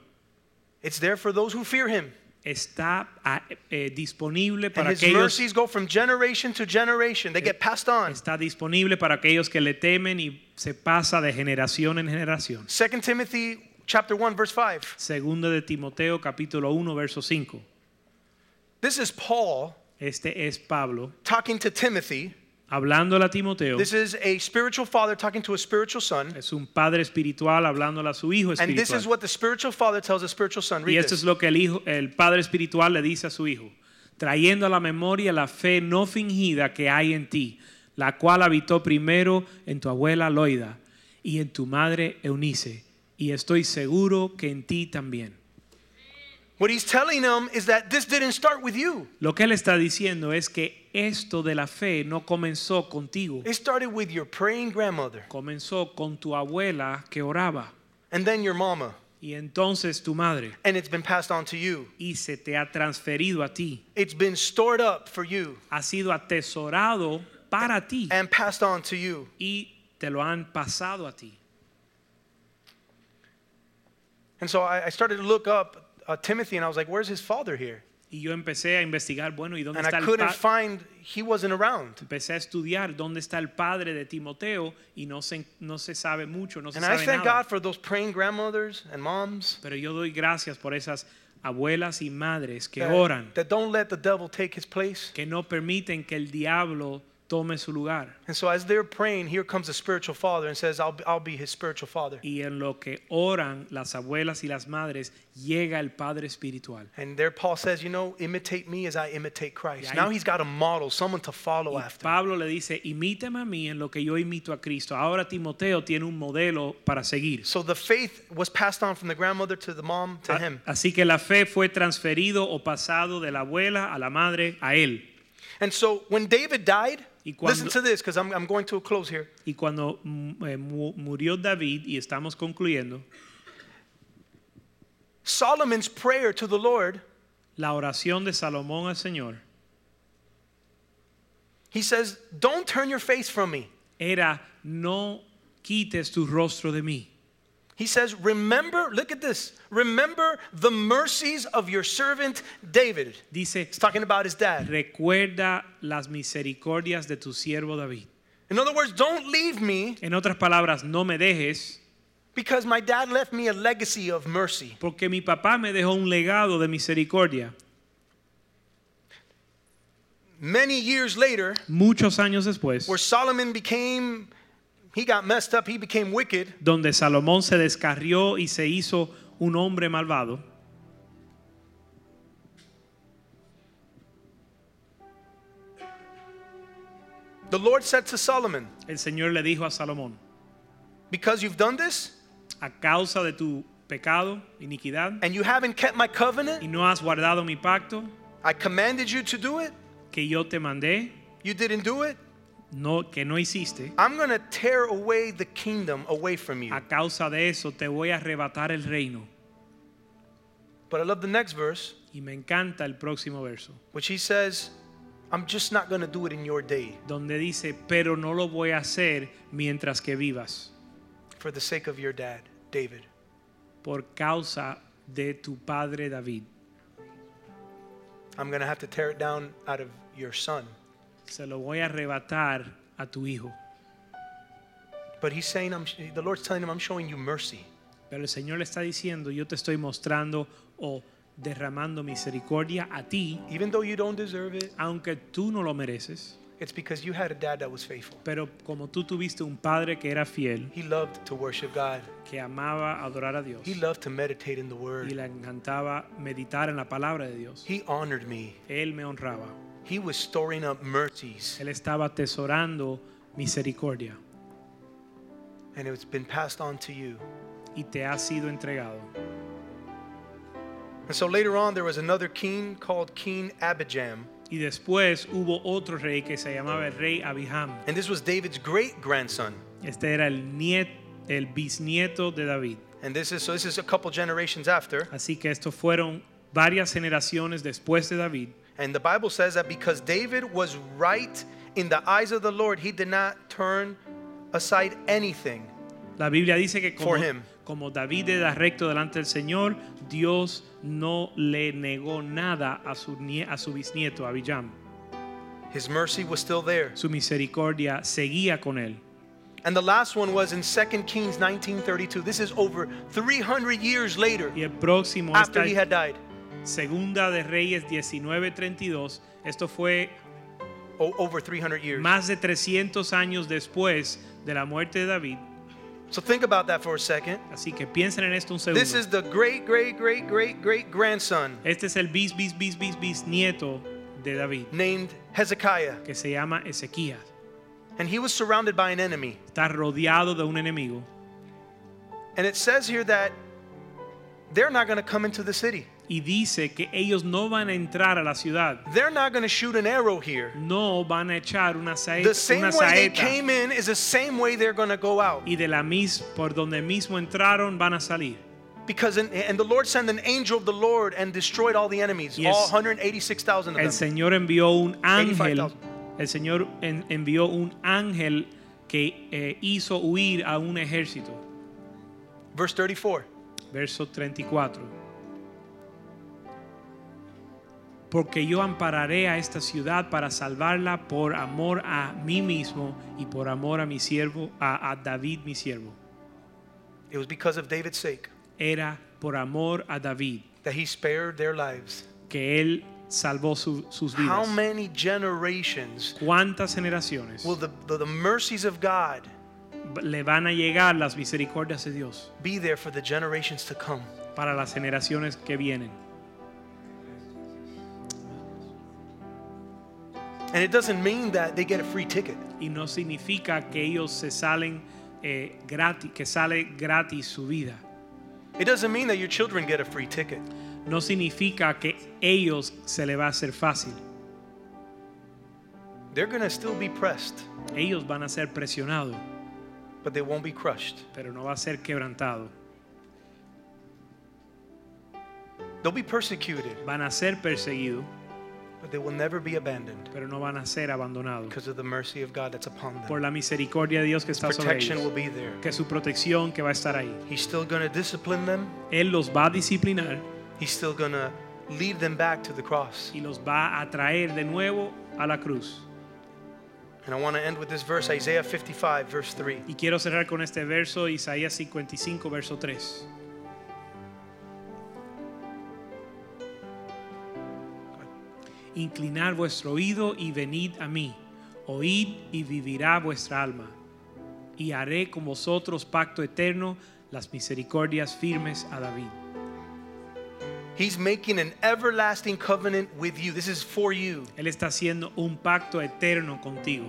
Speaker 2: It's there for those who fear him.
Speaker 3: Está ah, eh, disponible
Speaker 2: And
Speaker 3: para
Speaker 2: his
Speaker 3: aquellos
Speaker 2: mercies go from generation to generation. They get passed on.
Speaker 3: está disponible para aquellos que le temen y se pasa de generación en generación.
Speaker 2: 2 Timothy chapter 1 verse 5.
Speaker 3: Segunda de Timoteo capítulo 1 verso 5.
Speaker 2: This is Paul
Speaker 3: Este es Pablo
Speaker 2: talking to Timothy.
Speaker 3: hablándole a Timoteo.
Speaker 2: This is a spiritual father talking to a spiritual son.
Speaker 3: Es un padre espiritual hablándole a su hijo
Speaker 2: And this is
Speaker 3: espiritual.
Speaker 2: what the spiritual father tells the spiritual son.
Speaker 3: Y
Speaker 2: Read
Speaker 3: esto es
Speaker 2: this.
Speaker 3: lo que el, hijo, el padre espiritual le dice a su hijo, trayendo a la memoria la fe no fingida que hay en ti, la cual habitó primero en tu abuela Loida y en tu madre Eunice, y estoy seguro que en ti también.
Speaker 2: What he's telling them is that this didn't start with you.
Speaker 3: Lo que él está diciendo es que esto de la fe no comenzó contigo,
Speaker 2: It started with your praying grandmother
Speaker 3: comenzó con tu abuela que oraba
Speaker 2: and then your mama
Speaker 3: y entonces tu madre
Speaker 2: and it's been passed on to you.
Speaker 3: y se te ha transferido a ti.
Speaker 2: It's been stored up for you
Speaker 3: ha sido atesorado para ti
Speaker 2: and passed on to you.
Speaker 3: y te lo han pasado a ti.
Speaker 2: And so I, I started to look up uh, Timothy, and I was like, "Where's his father here?"
Speaker 3: Y yo empecé a investigar, bueno, ¿y dónde
Speaker 2: And
Speaker 3: está
Speaker 2: I
Speaker 3: el
Speaker 2: couldn't
Speaker 3: padre?
Speaker 2: find. He wasn't around.
Speaker 3: Empecé a estudiar dónde está el padre de Timoteo y no se, no se sabe mucho, no se
Speaker 2: And I
Speaker 3: sabe
Speaker 2: thank
Speaker 3: nada.
Speaker 2: God for those praying grandmothers and moms
Speaker 3: Pero yo doy gracias por esas abuelas y madres que
Speaker 2: that,
Speaker 3: oran,
Speaker 2: that don't let the devil take his place.
Speaker 3: que no permiten que el diablo tome su lugar.
Speaker 2: And so as they're praying, here comes the spiritual father and says, I'll, I'll be his spiritual father.
Speaker 3: Y en lo que oran las abuelas y las madres, llega el Padre Espiritual.
Speaker 2: And there Paul says, You know, imitate me as I imitate Christ.
Speaker 3: Yeah,
Speaker 2: now
Speaker 3: I-
Speaker 2: he's got a model, someone to follow
Speaker 3: Y
Speaker 2: after.
Speaker 3: Pablo le dice, imítame a mí en lo que yo imito a Cristo. Ahora Timoteo tiene un modelo para seguir.
Speaker 2: So the faith was passed on from the grandmother to the mom to
Speaker 3: A-
Speaker 2: him.
Speaker 3: Así que la fe fue transferido o pasado de la abuela a la madre a él.
Speaker 2: And so when David died,
Speaker 3: Y cuando-
Speaker 2: listen to this because I'm, I'm going to a close here.
Speaker 3: Y cuando mm, eh, mu- murió David, y estamos concluyendo,
Speaker 2: Solomon's prayer to the Lord,
Speaker 3: la oración de Salomón al Señor
Speaker 2: he says, Don't turn your face from me.
Speaker 3: era, no quites tu rostro de mí.
Speaker 2: He says, Remember, look at this, remember the mercies of your servant David.
Speaker 3: Dice,
Speaker 2: He's talking about his dad.
Speaker 3: recuerda las misericordias de tu siervo David.
Speaker 2: In other words, don't leave me
Speaker 3: En otras palabras, no me dejes
Speaker 2: because my dad left me a legacy of mercy.
Speaker 3: porque mi papá me dejó un legado de misericordia.
Speaker 2: Many years later,
Speaker 3: Muchos años después,
Speaker 2: where Solomon became, he got messed up, he became wicked.
Speaker 3: donde Salomón se descarrió y se hizo un hombre malvado,
Speaker 2: The Lord said to Solomon,
Speaker 3: el Señor le dijo a Salomón,
Speaker 2: Because you've done this
Speaker 3: a causa de tu pecado, iniquidad,
Speaker 2: and you haven't kept my
Speaker 3: y
Speaker 2: covenant,
Speaker 3: no has guardado mi pacto
Speaker 2: I commanded you to do it,
Speaker 3: que yo te mandé,
Speaker 2: you didn't do it.
Speaker 3: no, que no hiciste,
Speaker 2: I'm going to tear away the kingdom away from you.
Speaker 3: a causa de eso te voy a arrebatar el reino.
Speaker 2: But I love the next verse,
Speaker 3: Y me encanta el próximo verso,
Speaker 2: which he says, I'm just not going to do it in your day
Speaker 3: donde dice, pero no lo voy a hacer mientras que vivas,
Speaker 2: for the sake of your dad, David.
Speaker 3: por causa de tu padre David.
Speaker 2: I'm going to have to tear it down out of your son.
Speaker 3: Se lo voy a arrebatar a tu hijo.
Speaker 2: But he's saying, I'm, the Lord's telling him, I'm showing you mercy.
Speaker 3: Pero el Señor le está diciendo, yo te estoy mostrando o derramando misericordia a ti,
Speaker 2: Even though you don't deserve it,
Speaker 3: aunque tú no lo mereces,
Speaker 2: it's because you had a dad that was faithful.
Speaker 3: pero como tú tuviste un padre que era fiel,
Speaker 2: He loved to worship God.
Speaker 3: que amaba adorar a Dios
Speaker 2: He loved to meditate in the
Speaker 3: y
Speaker 2: Word.
Speaker 3: le encantaba meditar en la palabra de Dios,
Speaker 2: He honored me.
Speaker 3: Él me honraba,
Speaker 2: He was storing up mercies,
Speaker 3: Él estaba atesorando misericordia
Speaker 2: and it's been passed on to you.
Speaker 3: y te ha sido entregado.
Speaker 2: And so later on, there was another king called King Abijam,
Speaker 3: Y después hubo otro rey que se llamaba el rey Abijam.
Speaker 2: and this was David's great grandson.
Speaker 3: Este era el, niet- el bisnieto de David.
Speaker 2: And this is so. This is a couple generations after,
Speaker 3: Así que estos fueron varias generaciones después de David.
Speaker 2: and the Bible says that because David was right in the eyes of the Lord, he did not turn aside anything.
Speaker 3: La Biblia dice que como,
Speaker 2: For him.
Speaker 3: como David era recto delante del Señor, Dios no le negó nada a su, nie- a su bisnieto, Abijam.
Speaker 2: His mercy was still there.
Speaker 3: Su misericordia seguía con él.
Speaker 2: And the last one was in 2 Kings 19:32. This is over 300 years later,
Speaker 3: Y el próximo
Speaker 2: after
Speaker 3: está
Speaker 2: he had died,
Speaker 3: Segunda de Reyes 19:32. Esto fue
Speaker 2: o- over 300 years.
Speaker 3: más de 300 años después de la muerte de David.
Speaker 2: So think about that for a second.
Speaker 3: Así que piensen en esto un segundo.
Speaker 2: This is the great, great, great, great, great grandson
Speaker 3: Este es el bis bis bis bis bisnieto de David.
Speaker 2: named Hezekiah,
Speaker 3: que se llama Ezequías.
Speaker 2: and he was surrounded by an enemy.
Speaker 3: Está rodeado de un enemigo
Speaker 2: And it says here that they're not going to come into the city.
Speaker 3: y dice que ellos no van a entrar a la ciudad,
Speaker 2: They're not going to shoot an arrow here.
Speaker 3: no van a echar una, sae-
Speaker 2: The same
Speaker 3: una
Speaker 2: way they
Speaker 3: saeta
Speaker 2: came in is the same way they're going to go out.
Speaker 3: y de la mis por donde mismo entraron van a salir.
Speaker 2: Because in, and the Lord sent an angel of the Lord and destroyed all the enemies,
Speaker 3: Yes.
Speaker 2: all 186,000
Speaker 3: El
Speaker 2: of them.
Speaker 3: Señor envió un ángel,
Speaker 2: 85,000.
Speaker 3: el Señor en- envió un ángel que eh, hizo huir a un ejército.
Speaker 2: Verse 34.
Speaker 3: Verso 34. Porque yo ampararé a esta ciudad para salvarla por amor a mí mismo y por amor a mi siervo, a, a David mi siervo.
Speaker 2: It was because of David's sake
Speaker 3: Era por amor a David
Speaker 2: that he spared their lives.
Speaker 3: que él salvó su- sus
Speaker 2: How
Speaker 3: vidas.
Speaker 2: many generations
Speaker 3: ¿Cuántas generaciones
Speaker 2: will the, the, the mercies of God
Speaker 3: le van a llegar las misericordias de Dios
Speaker 2: be there for the generations to come?
Speaker 3: para las generaciones que vienen?
Speaker 2: And it doesn't mean that they get a free ticket.
Speaker 3: Y no significa que ellos se salen eh, gratis, que sale gratis su vida.
Speaker 2: It doesn't mean that your children get a free ticket.
Speaker 3: No significa que ellos se le va a hacer fácil.
Speaker 2: They're going to still be pressed,
Speaker 3: Ellos van a ser presionados,
Speaker 2: but they won't be crushed.
Speaker 3: pero no va a ser quebrantado.
Speaker 2: They'll be persecuted,
Speaker 3: Van a ser perseguidos,
Speaker 2: but they will never be abandoned
Speaker 3: pero no van a ser abandonados.
Speaker 2: because of the mercy of God that's upon
Speaker 3: Por
Speaker 2: them.
Speaker 3: la misericordia de Dios que está sobre
Speaker 2: Protection will
Speaker 3: ellos.
Speaker 2: be there.
Speaker 3: Que su protección que va a estar ahí.
Speaker 2: He's still going to discipline them.
Speaker 3: Él los va a disciplinar
Speaker 2: He's still going to lead them back to the cross.
Speaker 3: y los va a traer de nuevo a la cruz.
Speaker 2: And I want to end with this verse, Isaiah 55, verse 3.
Speaker 3: Y quiero cerrar con este verso, Isaías 55, verso 3. Inclinad vuestro oído y venid a mí. Oíd y vivirá vuestra alma. Y haré con vosotros pacto eterno, las misericordias firmes a David.
Speaker 2: He's making an everlasting covenant with you. This is for you.
Speaker 3: Él está haciendo un pacto eterno contigo.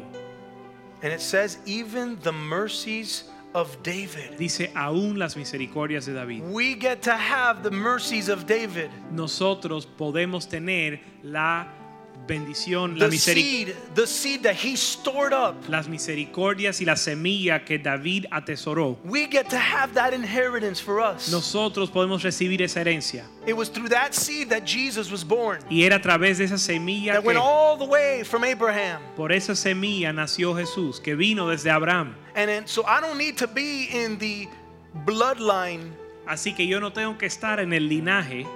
Speaker 2: And it says, even the mercies of David.
Speaker 3: Dice aún las misericordias de David.
Speaker 2: We get to have the mercies of David.
Speaker 3: nosotros podemos tener la bendición, la
Speaker 2: The
Speaker 3: miseric-
Speaker 2: seed, the seed that he stored up.
Speaker 3: las misericordias y la semilla que David atesoró.
Speaker 2: We get to have that inheritance for us.
Speaker 3: Nosotros podemos recibir esa herencia.
Speaker 2: It was through that seed that Jesus was born.
Speaker 3: Y era a través de esa semilla
Speaker 2: That went
Speaker 3: que,
Speaker 2: all the way from Abraham.
Speaker 3: por esa semilla nació Jesús, que vino desde Abraham.
Speaker 2: And then, so I don't need to be in the bloodline
Speaker 3: Así que yo no tengo que estar en el linaje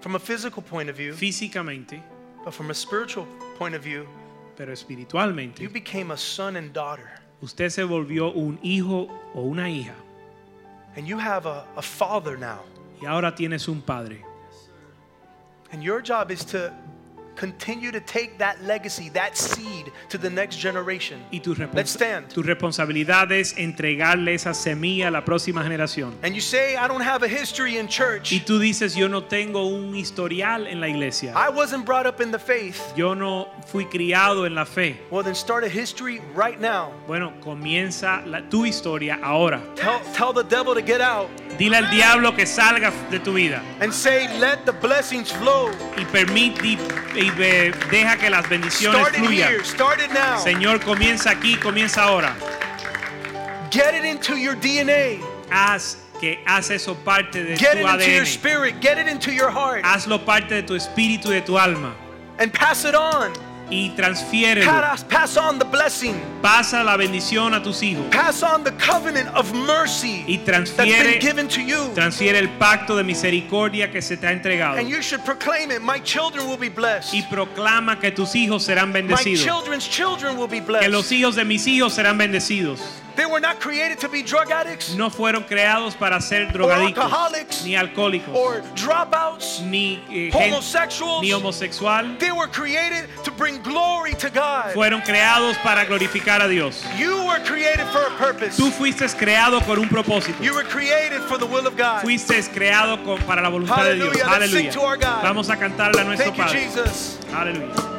Speaker 2: from a physical point of view,
Speaker 3: físicamente,
Speaker 2: but from a spiritual point of view,
Speaker 3: pero
Speaker 2: you
Speaker 3: espiritualmente.
Speaker 2: became a son and daughter.
Speaker 3: Usted se volvió un hijo o una hija
Speaker 2: And you have a, a father now.
Speaker 3: y ahora tienes un padre.
Speaker 2: And your job is to continue to take that legacy, that seed to the next generation.
Speaker 3: Y tu, respons-
Speaker 2: Let's stand.
Speaker 3: tu responsabilidad es entregarle esa semilla a la próxima generación.
Speaker 2: And you say, I don't have a history in
Speaker 3: Y
Speaker 2: church.
Speaker 3: tú dices, yo no tengo un historial en la iglesia.
Speaker 2: I wasn't brought up in the faith.
Speaker 3: Yo no fui criado en la fe.
Speaker 2: Well, then start a history right now.
Speaker 3: Bueno, comienza la- tu historia ahora.
Speaker 2: Tell, tell the devil to get out
Speaker 3: Dile al diablo que salga de tu vida
Speaker 2: and say, Let the blessings flow.
Speaker 3: y permite y, ve- deja que las bendiciones
Speaker 2: Start it
Speaker 3: fluyan.
Speaker 2: here. Start it now.
Speaker 3: Señor, comienza aquí, comienza ahora.
Speaker 2: Get it into your DNA.
Speaker 3: Haz que haz eso parte de
Speaker 2: Get
Speaker 3: tu
Speaker 2: it into your
Speaker 3: ADN.
Speaker 2: spirit. Get it into your heart.
Speaker 3: Hazlo parte de tu espíritu y de tu alma
Speaker 2: And pass it on.
Speaker 3: y transfiérelo.
Speaker 2: Pass pass on the blessing.
Speaker 3: Pasa la bendición a tus hijos
Speaker 2: Pass on the covenant of mercy
Speaker 3: y
Speaker 2: that's been
Speaker 3: transfiere
Speaker 2: given to you.
Speaker 3: Transfiere el pacto de misericordia que se te ha entregado
Speaker 2: And you should proclaim it. My children will be blessed.
Speaker 3: y proclama que tus hijos serán
Speaker 2: My
Speaker 3: bendecidos.
Speaker 2: children's children will be
Speaker 3: Que los
Speaker 2: blessed.
Speaker 3: hijos de mis hijos serán bendecidos.
Speaker 2: They were not created to be drug addicts
Speaker 3: No fueron creados para ser
Speaker 2: or
Speaker 3: drogadictos,
Speaker 2: alcoholics
Speaker 3: ni alcohólicos,
Speaker 2: or dropouts,
Speaker 3: ni, eh, gen- ni
Speaker 2: homosexuals.
Speaker 3: homosexual.
Speaker 2: They were created to bring glory to God.
Speaker 3: Fueron creados para glorificar a Dios.
Speaker 2: You were created for a purpose.
Speaker 3: Tú fuiste creado con un propósito.
Speaker 2: You were created for the will of God.
Speaker 3: Fuiste creado con- para la voluntad de Dios.
Speaker 2: Hallelujah. Let's sing
Speaker 3: Aleluya.
Speaker 2: to our God.
Speaker 3: Vamos a cantarle a nuestro
Speaker 2: Thank you,
Speaker 3: Padre.
Speaker 2: Jesus.
Speaker 3: Aleluya.